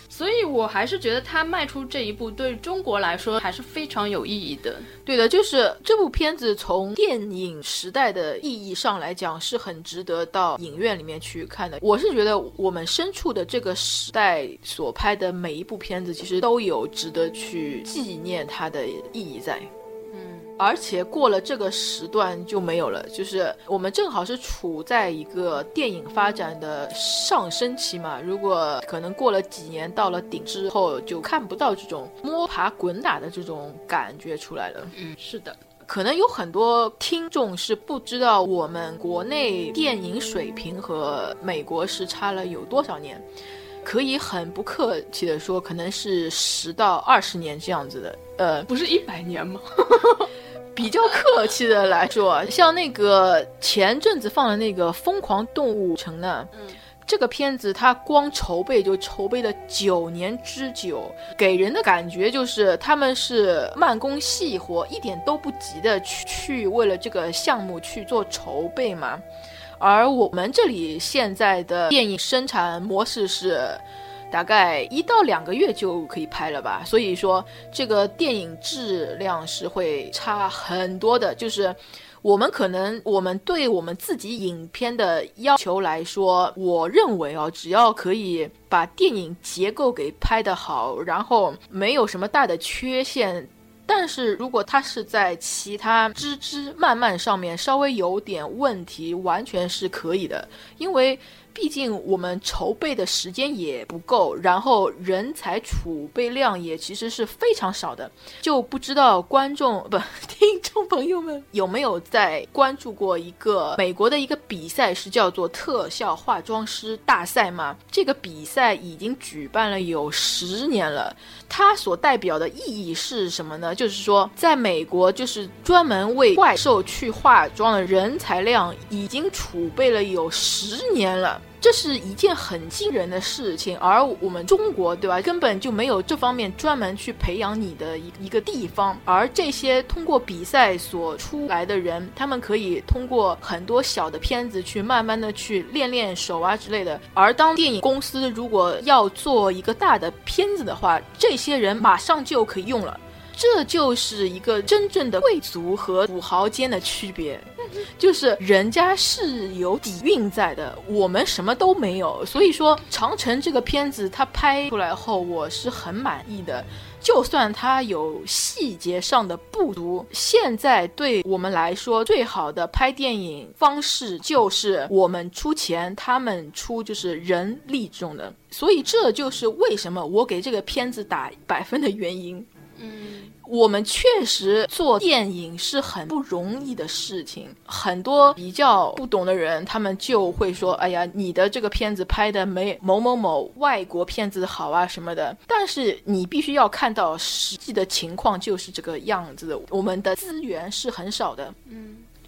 Speaker 3: 所以我还是觉得他迈出这一步，对中国来说还是非常有意义的。
Speaker 4: 对的，就是这部片子从电影时代的意义上来讲，是很值得到影院里面去看的。我是觉得我们身处的这个时代所拍的每一部片子，其实都有值得去纪念它的意义在。而且过了这个时段就没有了，就是我们正好是处在一个电影发展的上升期嘛。如果可能过了几年到了顶之后，就看不到这种摸爬滚打的这种感觉出来了。
Speaker 3: 嗯，是的，
Speaker 4: 可能有很多听众是不知道我们国内电影水平和美国时差了有多少年，可以很不客气的说，可能是十到二十年这样子的。呃，
Speaker 3: 不是一百年吗？
Speaker 4: 比较客气的来说，像那个前阵子放的那个《疯狂动物城》呢，
Speaker 3: 嗯
Speaker 4: 这个片子它光筹备就筹备了九年之久，给人的感觉就是他们是慢工细活，一点都不急的去去为了这个项目去做筹备嘛。而我们这里现在的电影生产模式是。大概一到两个月就可以拍了吧，所以说这个电影质量是会差很多的。就是我们可能我们对我们自己影片的要求来说，我认为哦，只要可以把电影结构给拍得好，然后没有什么大的缺陷。但是如果它是在其他枝枝蔓蔓上面稍微有点问题，完全是可以的，因为毕竟我们筹备的时间也不够，然后人才储备量也其实是非常少的，就不知道观众不 听众朋友们有没有在关注过一个美国的一个比赛，是叫做特效化妆师大赛吗？这个比赛已经举办了有十年了，它所代表的意义是什么呢？就是说，在美国，就是专门为怪兽去化妆的人才量已经储备了有十年了。这是一件很惊人的事情，而我们中国，对吧，根本就没有这方面专门去培养你的一一个地方。而这些通过比赛所出来的人，他们可以通过很多小的片子去慢慢的去练练手啊之类的。而当电影公司如果要做一个大的片子的话，这些人马上就可以用了。这就是一个真正的贵族和土豪间的区别。就是人家是有底蕴在的，我们什么都没有。所以说，《长城》这个片子它拍出来后，我是很满意的。就算它有细节上的不足，现在对我们来说最好的拍电影方式就是我们出钱，他们出就是人力这种的。所以这就是为什么我给这个片子打百分的原因。
Speaker 2: 嗯，
Speaker 4: 我们确实做电影是很不容易的事情，很多比较不懂的人，他们就会说：“哎呀，你的这个片子拍的没某某某外国片子好啊什么的。”但是你必须要看到实际的情况就是这个样子的，我们的资源是很少的。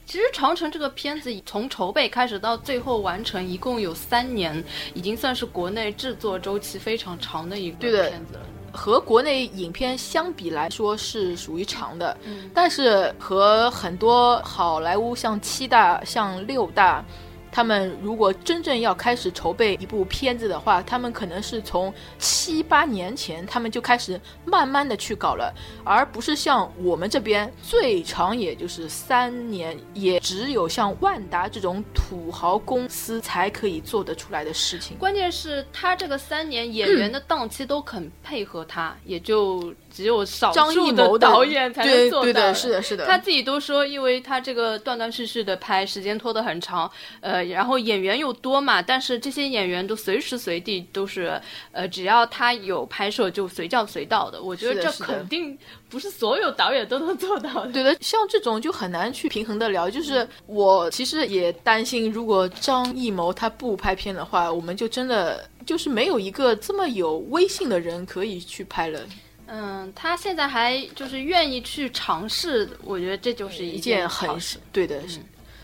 Speaker 3: 其实《长城》这个片子从筹备开始到最后完成，一共有三年，已经算是国内制作周期非常长的一个
Speaker 4: 对的
Speaker 3: 片子了。
Speaker 4: 和国内影片相比来说是属于长的，但是和很多好莱坞像七大、像六大，他们如果真正要开始筹备一部片子的话，他们可能是从七八年前他们就开始慢慢的去搞了，而不是像我们这边最长也就是三年，也只有像万达这种土豪公司才可以做得出来的事情。
Speaker 3: 关键是他这个三年演员的档期都肯配合他，也就只有少
Speaker 4: 张艺
Speaker 3: 数
Speaker 4: 谋的
Speaker 3: 导演才能
Speaker 4: 对
Speaker 3: 做到。
Speaker 4: 对的，是的，是的。
Speaker 3: 他自己都说，因为他这个断断续续的拍，时间拖得很长，呃，然后演员又多嘛，但是这些演员都随时随地都是，呃，只要他有拍摄就随叫随到的。我觉
Speaker 4: 是
Speaker 3: 得
Speaker 4: 的
Speaker 3: 这
Speaker 4: 是的
Speaker 3: 肯定不是所有导演都能做到 的。
Speaker 4: 对的，像这种就很难去平衡的聊。
Speaker 3: 嗯
Speaker 4: 就是我其实也担心，如果张艺谋他不拍片的话，我们就真的就是没有一个这么有威信的人可以去拍了，
Speaker 3: 嗯，他现在还就是愿意去尝试，我觉得这就是
Speaker 4: 一
Speaker 3: 件
Speaker 4: 件很
Speaker 3: 好事。嗯
Speaker 4: 对的。是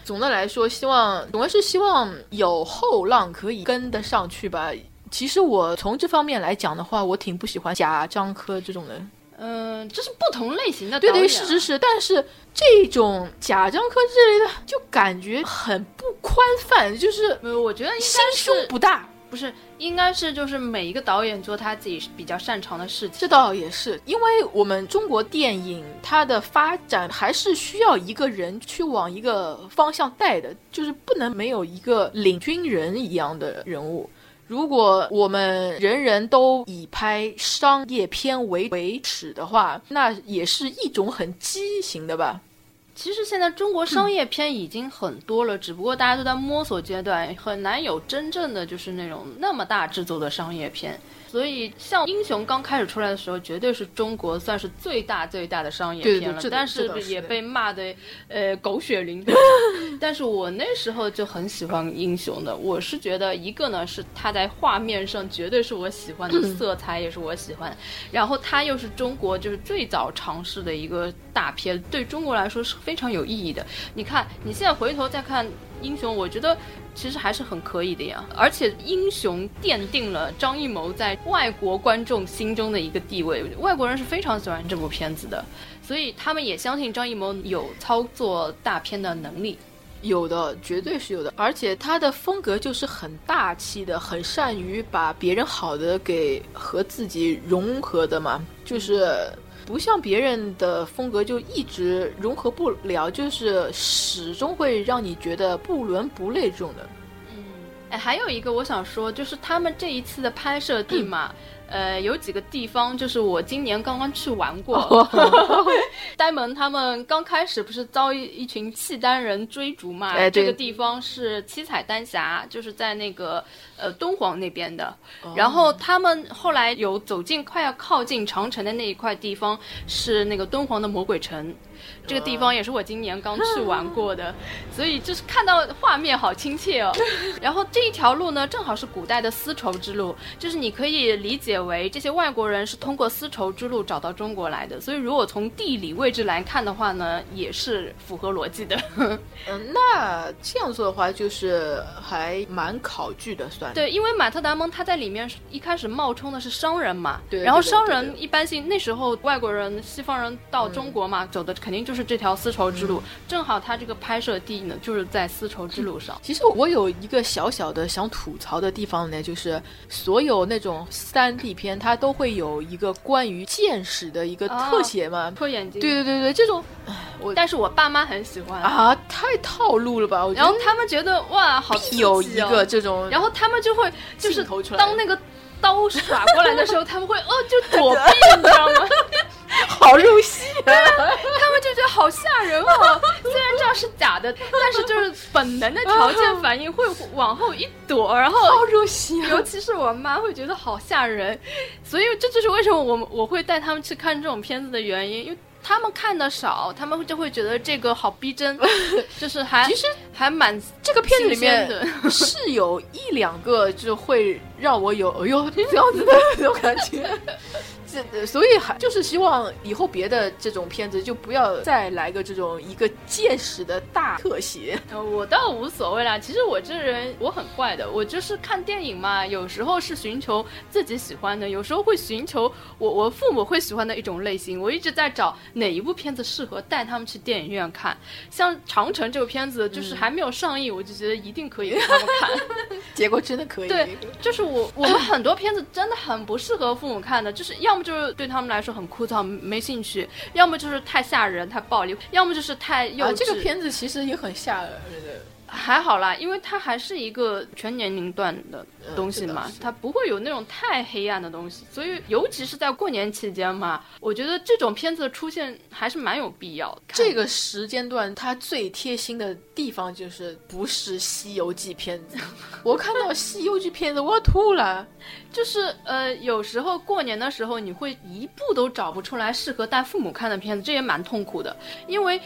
Speaker 4: 总的来说，希望总归是希望有后浪可以跟得上去吧。其实我从这方面来讲的话，我挺不喜欢贾樟柯这种人。
Speaker 3: 嗯，这是不同类型的导
Speaker 4: 对
Speaker 3: 演啊。
Speaker 4: 对，是是是，但是这种贾樟柯之类的，就感觉很不宽泛，就是
Speaker 3: 没有，呃我觉得应
Speaker 4: 心
Speaker 3: 该
Speaker 4: 胸
Speaker 3: 是
Speaker 4: 不大。
Speaker 3: 不是应该是就是每一个导演做他自己比较擅长的事情。
Speaker 4: 这倒也是，因为我们中国电影它的发展还是需要一个人去往一个方向带的，就是不能没有一个领军人一样的人物。如果我们人人都以拍商业片为为耻的话，那也是一种很畸形的吧？
Speaker 3: 其实现在中国商业片已经很多了，只不过大家都在摸索阶段，很难有真正的就是那种那么大制作的商业片。所以像《英雄》刚开始出来的时候，绝对是中国算是最大最大的商业
Speaker 4: 对对
Speaker 3: 片了，
Speaker 4: 这
Speaker 3: 但
Speaker 4: 这
Speaker 3: 是
Speaker 4: 倒是
Speaker 3: 也被骂的呃狗血淋头。但是我那时候就很喜欢《英雄》的，我是觉得一个呢是它在画面上绝对是我喜欢的，色彩也是我喜欢的然后它又是中国就是最早尝试的一个大片，对中国来说是非常有意义的。你看，你现在回头再看《英雄》，我觉得其实还是很可以的呀。而且《英雄》奠定了张艺谋在外国观众心中的一个地位，外国人是非常喜欢这部片子的，所以他们也相信张艺谋有操作大片的能力。
Speaker 4: 有的，绝对是有的，而且他的风格就是很大气的，很善于把别人好的给和自己融合的嘛，就是不像别人的风格就一直融合不了，就是始终会让你觉得不伦不类这种的。嗯
Speaker 3: 哎，还有一个我想说，就是他们这一次的拍摄地嘛，呃，有几个地方就是我今年刚刚去玩过。
Speaker 4: 哦
Speaker 3: 呆萌他们刚开始不是遭一一群契丹人追逐嘛？
Speaker 4: 哎对
Speaker 3: 这个地方是七彩丹霞，就是在那个呃敦煌那边的。
Speaker 4: 哦
Speaker 3: 然后他们后来有走进快要靠近长城的那一块地方，是那个敦煌的魔鬼城。这个地方也是我今年刚去玩过的，所以就是看到画面好亲切哦。然后这一条路呢，正好是古代的丝绸之路，就是你可以理解为这些外国人是通过丝绸之路找到中国来的，所以如果从地理位置来看的话呢，也是符合逻辑的。
Speaker 4: 嗯，那这样做的话，就是还蛮考据的，算
Speaker 3: 对，因为马特达蒙他在里面是一开始冒充的是商人嘛，
Speaker 4: 对
Speaker 3: 然后
Speaker 4: 对对
Speaker 3: 商
Speaker 4: 对
Speaker 3: 人一般性那时候外国人、西方人到中国嘛，走的肯定就是这条丝绸之路，正好他这个拍摄地呢就是在丝绸之路上。
Speaker 4: 其实我有一个小小的想吐槽的地方呢，就是所有那种三 D 片，它都会有一个关于见识的一个特写嘛。
Speaker 3: 破眼睛，
Speaker 4: 对，对对对，这种
Speaker 3: 但是我爸妈很喜欢，
Speaker 4: 啊太套路了吧？我觉
Speaker 3: 然后
Speaker 4: 得
Speaker 3: 他们觉得哇，好刺激、哦、
Speaker 4: 有一个这种，
Speaker 3: 然后他们就会就是
Speaker 4: 镜头出来
Speaker 3: 当那个刀耍过来的 时候，他们会哦就躲避，你知道吗？
Speaker 4: 好入戏啊！
Speaker 3: 他们就觉得好吓人哦。虽然这样是假的，但是就是本能的条件反应会往后一躲，然后
Speaker 4: 好入戏啊！
Speaker 3: 尤其是我妈会觉得好吓人，所以这就是为什么我们我会带他们去看这种片子的原因，因为。他们看的少，他们就会觉得这个好逼 真，就是还
Speaker 4: 其实
Speaker 3: 还蛮
Speaker 4: 这个片子里面
Speaker 3: 新鲜的
Speaker 4: 是有一两个就会让我有 哎呦这样 子的那种感觉。这呃所以还就是希望以后别的这种片子就不要再来个这种一个见识的大特写。
Speaker 3: 呃，我倒无所谓啦。其实我这人我很怪的，我就是看电影嘛，有时候是寻求自己喜欢的，有时候会寻求我我父母会喜欢的一种类型。我一直在找哪一部片子适合带他们去电影院看。像《长城》这个片子，
Speaker 4: 嗯
Speaker 3: 就是还没有上映，我就觉得一定可以给他们 看。
Speaker 4: 结果真的可以。啊
Speaker 3: 对，就是我我们很多片子真的很不适合父母看的，就是要么就是对他们来说很枯燥没兴趣，要么就是太吓人太暴力，要么就是太幼稚。
Speaker 4: 啊，这个片子其实也很吓人的。
Speaker 3: 还好啦，因为它还是一个全年龄段的东西嘛，
Speaker 4: 嗯是的
Speaker 3: 它不会有那种太黑暗的东西，所以尤其是在过年期间嘛，我觉得这种片子的出现还是蛮有必要的。
Speaker 4: 这个时间段，它最贴心的地方就是不是《西游记》片子， 我看到《西游记》片子我要吐了。
Speaker 3: 就是呃，有时候过年的时候，你会一部都找不出来适合带父母看的片子，这也蛮痛苦的，因为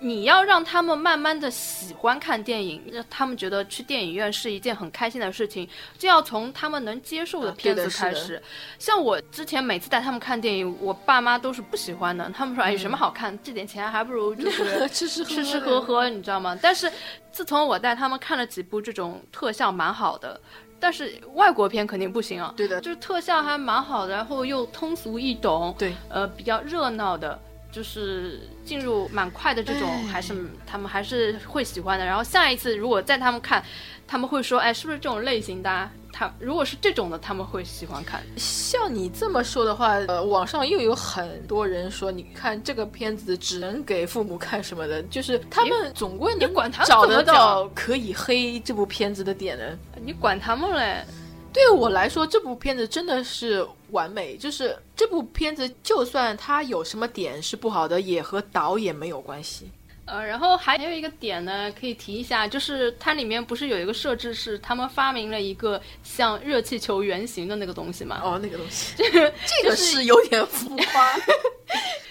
Speaker 3: 你要让他们慢慢的喜欢看电影，让他们觉得去电影院是一件很开心的事情，就要从他们能接受的
Speaker 4: 啊
Speaker 3: 片
Speaker 4: 对
Speaker 3: 子
Speaker 4: 的
Speaker 3: 开
Speaker 4: 是
Speaker 3: 始。像我之前每次带他们看电影，我爸妈都是不喜欢的，他们说：“
Speaker 4: 嗯
Speaker 3: 哎，有什么好看？这点钱还不如就是
Speaker 4: 吃吃喝喝
Speaker 3: 吃吃
Speaker 4: 的
Speaker 3: 喝喝，你知道吗？但是自从我带他们看了几部这种特效蛮好的，但是外国片肯定不行啊。
Speaker 4: 对的
Speaker 3: 就是特效还蛮好的，然后又通俗易懂，
Speaker 4: 对，
Speaker 3: 呃，比较热闹的，就是进入蛮快的这种，
Speaker 4: 哎
Speaker 3: 还是他们还是会喜欢的。然后下一次如果再他们看，他们会说，哎，是不是这种类型的、啊？他如果是这种的，他们会喜欢看。
Speaker 4: 像你这么说的话，呃，网上又有很多人说，你看这个片子只能给父母看什么的，就是他们总归能
Speaker 3: 管他
Speaker 4: 找
Speaker 3: 怎么
Speaker 4: 得到可以黑这部片子的点的。
Speaker 3: 你管他们嘞，
Speaker 4: 对我来说，这部片子真的是完美。就是这部片子，就算它有什么点是不好的，也和导演没有关系。
Speaker 3: 呃，然后还有一个点呢，可以提一下，就是它里面不是有一个设置是他们发明了一个像热气球原型的那个东西嘛？
Speaker 4: 哦，那个东 西，这个是有点浮夸。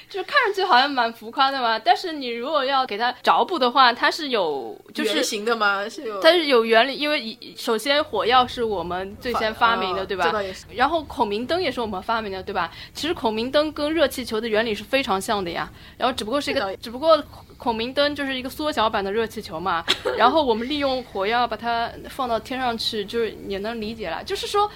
Speaker 3: 就是看上去好像蛮浮夸的嘛，但是你如果要给它着补的话，它是有 就是
Speaker 4: 圆形的吗？是有
Speaker 3: 它是有原理，因为一首先火药是我们最先发明的，
Speaker 4: 哦
Speaker 3: 对
Speaker 4: 这
Speaker 3: 吧
Speaker 4: 倒也是？
Speaker 3: 然后孔明灯也是我们发明的，对吧？其实孔明灯跟热气球的原理是非常像的呀，然后只不过是一
Speaker 4: 这倒
Speaker 3: 个
Speaker 4: 也，
Speaker 3: 只不过孔孔明灯就是一个缩小版的热气球 嘛。然后我们利用火药把它放到天上去，就是也能理解了。就是说，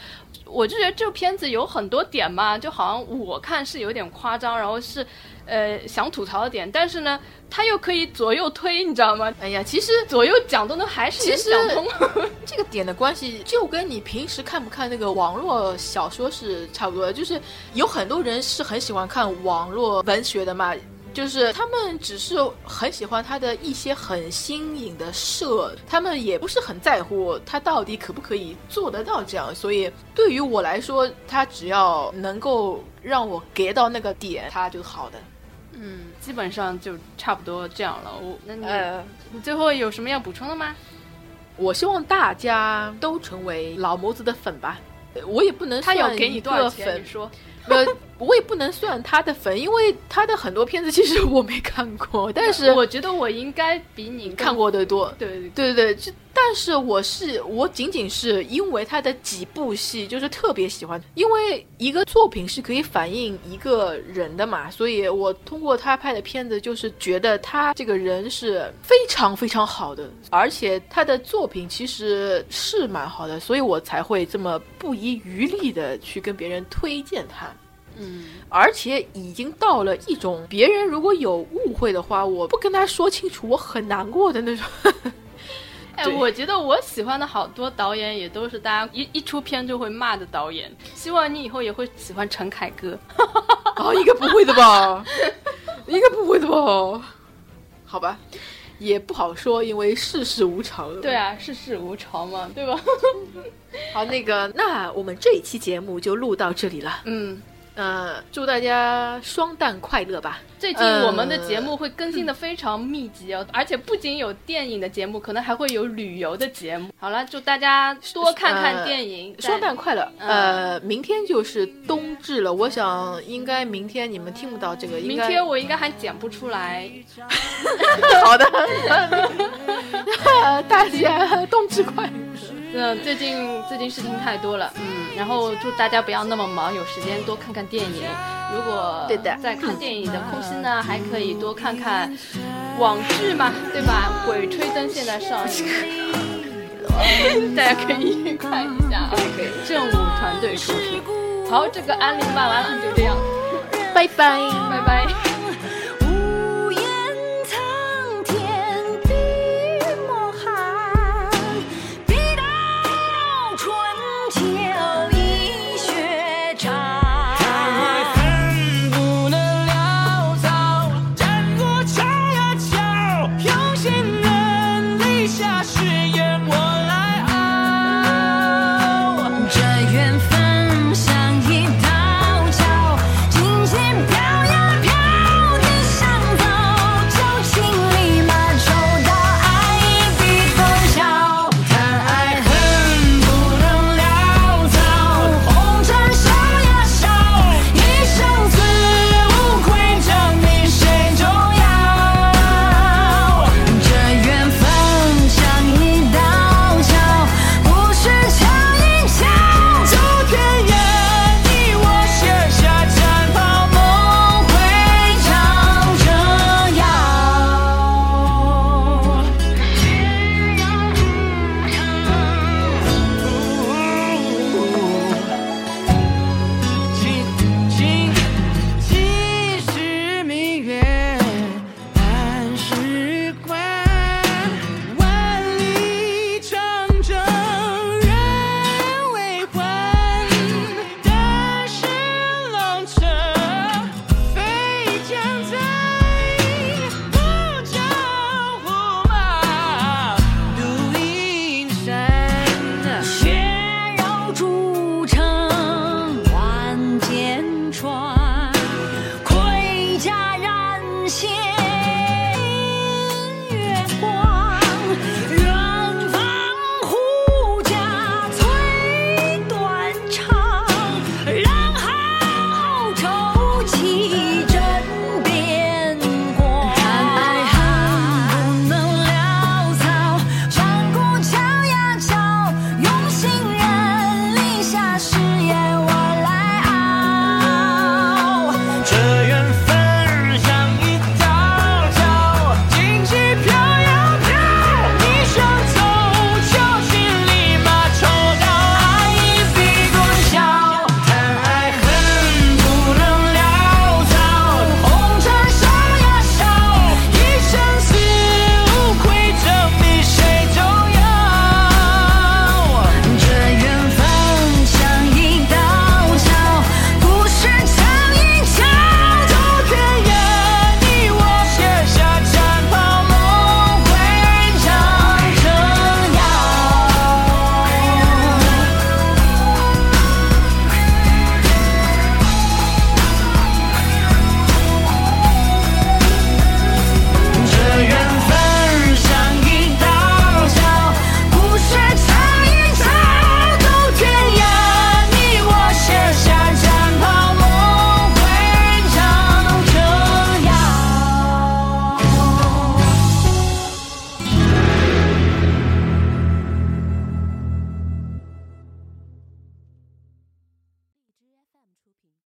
Speaker 3: 我就觉得这个片子有很多点嘛，就好像我看是有点夸张，然后是呃想吐槽的点，但是呢，它又可以左右推，你知道吗？
Speaker 4: 哎呀，其实
Speaker 3: 左右讲都能还是能
Speaker 4: 其实
Speaker 3: 讲通。
Speaker 4: 这个点的关系，就跟你平时看不看那个网络小说是差不多的。就是有很多人是很喜欢看网络文学的嘛，就是他们只是很喜欢他的一些很新颖的设，他们也不是很在乎他到底可不可以做得到这样。所以对于我来说，他只要能够让我 get 到那个点，他就好的。
Speaker 5: 嗯，基本上就差不多这样了。我那
Speaker 3: 嗯
Speaker 5: 你、
Speaker 4: 呃，
Speaker 5: 你最后有什么要补充的吗？
Speaker 4: 我希望大家都成为老谋子的粉吧。呃我也不能
Speaker 3: 他有
Speaker 4: 算
Speaker 3: 给
Speaker 4: 一
Speaker 3: 你
Speaker 4: 个
Speaker 3: 多少钱？
Speaker 4: 粉
Speaker 3: 你说，
Speaker 4: 呃，我也不能算他的粉，因为他的很多片子其实我没看过，但是
Speaker 3: 我觉得我应该比你
Speaker 4: 看
Speaker 3: 过。
Speaker 4: 过的多。
Speaker 3: 对对对，
Speaker 4: 对对对，这但是我是我仅仅是因为他的几部戏就是特别喜欢，因为一个作品是可以反映一个人的嘛，所以我通过他拍的片子就是觉得他这个人是非常非常好的，而且他的作品其实是蛮好的，所以我才会这么不遗余力的去跟别人推荐他。
Speaker 5: 嗯，
Speaker 4: 而且已经到了一种别人如果有误会的话，我不跟他说清楚，我很难过的那种。
Speaker 3: 哎，
Speaker 4: 对
Speaker 3: 我觉得我喜欢的好多导演也都是大家一一出片就会骂的导演。希望你以后也会喜欢陈凯歌。
Speaker 4: 啊，应该不会的吧？应该不会的吧？好吧，也不好说，因为世事无常。
Speaker 3: 对，啊，世事无常嘛，对吧？
Speaker 4: 好，那个，那我们这一期节目就录到这里了。
Speaker 3: 嗯，
Speaker 4: 呃，祝大家双旦快乐吧！
Speaker 3: 最近我们的节目会更新的非常密集哦，而且不仅有电影的节目，可能还会有旅游的节目。好了，祝大家多看看电影。
Speaker 4: 双
Speaker 3: 在
Speaker 4: 旦快乐。
Speaker 3: 嗯
Speaker 4: 呃，明天就是冬至了，我想应该明天你们听不到这个，应
Speaker 3: 明
Speaker 4: 该
Speaker 3: 天我应该还剪不出来。
Speaker 4: 好的。 大家冬至快乐！
Speaker 3: 嗯，最近最近事情太多了，嗯，然后祝大家不要那么忙，有时间多看看电影。如果
Speaker 4: 对的
Speaker 3: 在看电影的空隙呢，还可以多看看网剧嘛，对吧？《鬼吹灯》现在上映， 大家可以看一下啊，给正午团队出品。好，这个安利卖完了，就这样，
Speaker 4: 拜拜。
Speaker 3: 拜拜。
Speaker 1: 无言苍天笔墨寒，笔到春秋一雪长。恨不能潦草，战过桥呀桥，有心人立下誓言，我来熬。这缘分像一道桥，琴弦飘呀飘。
Speaker 6: 出品。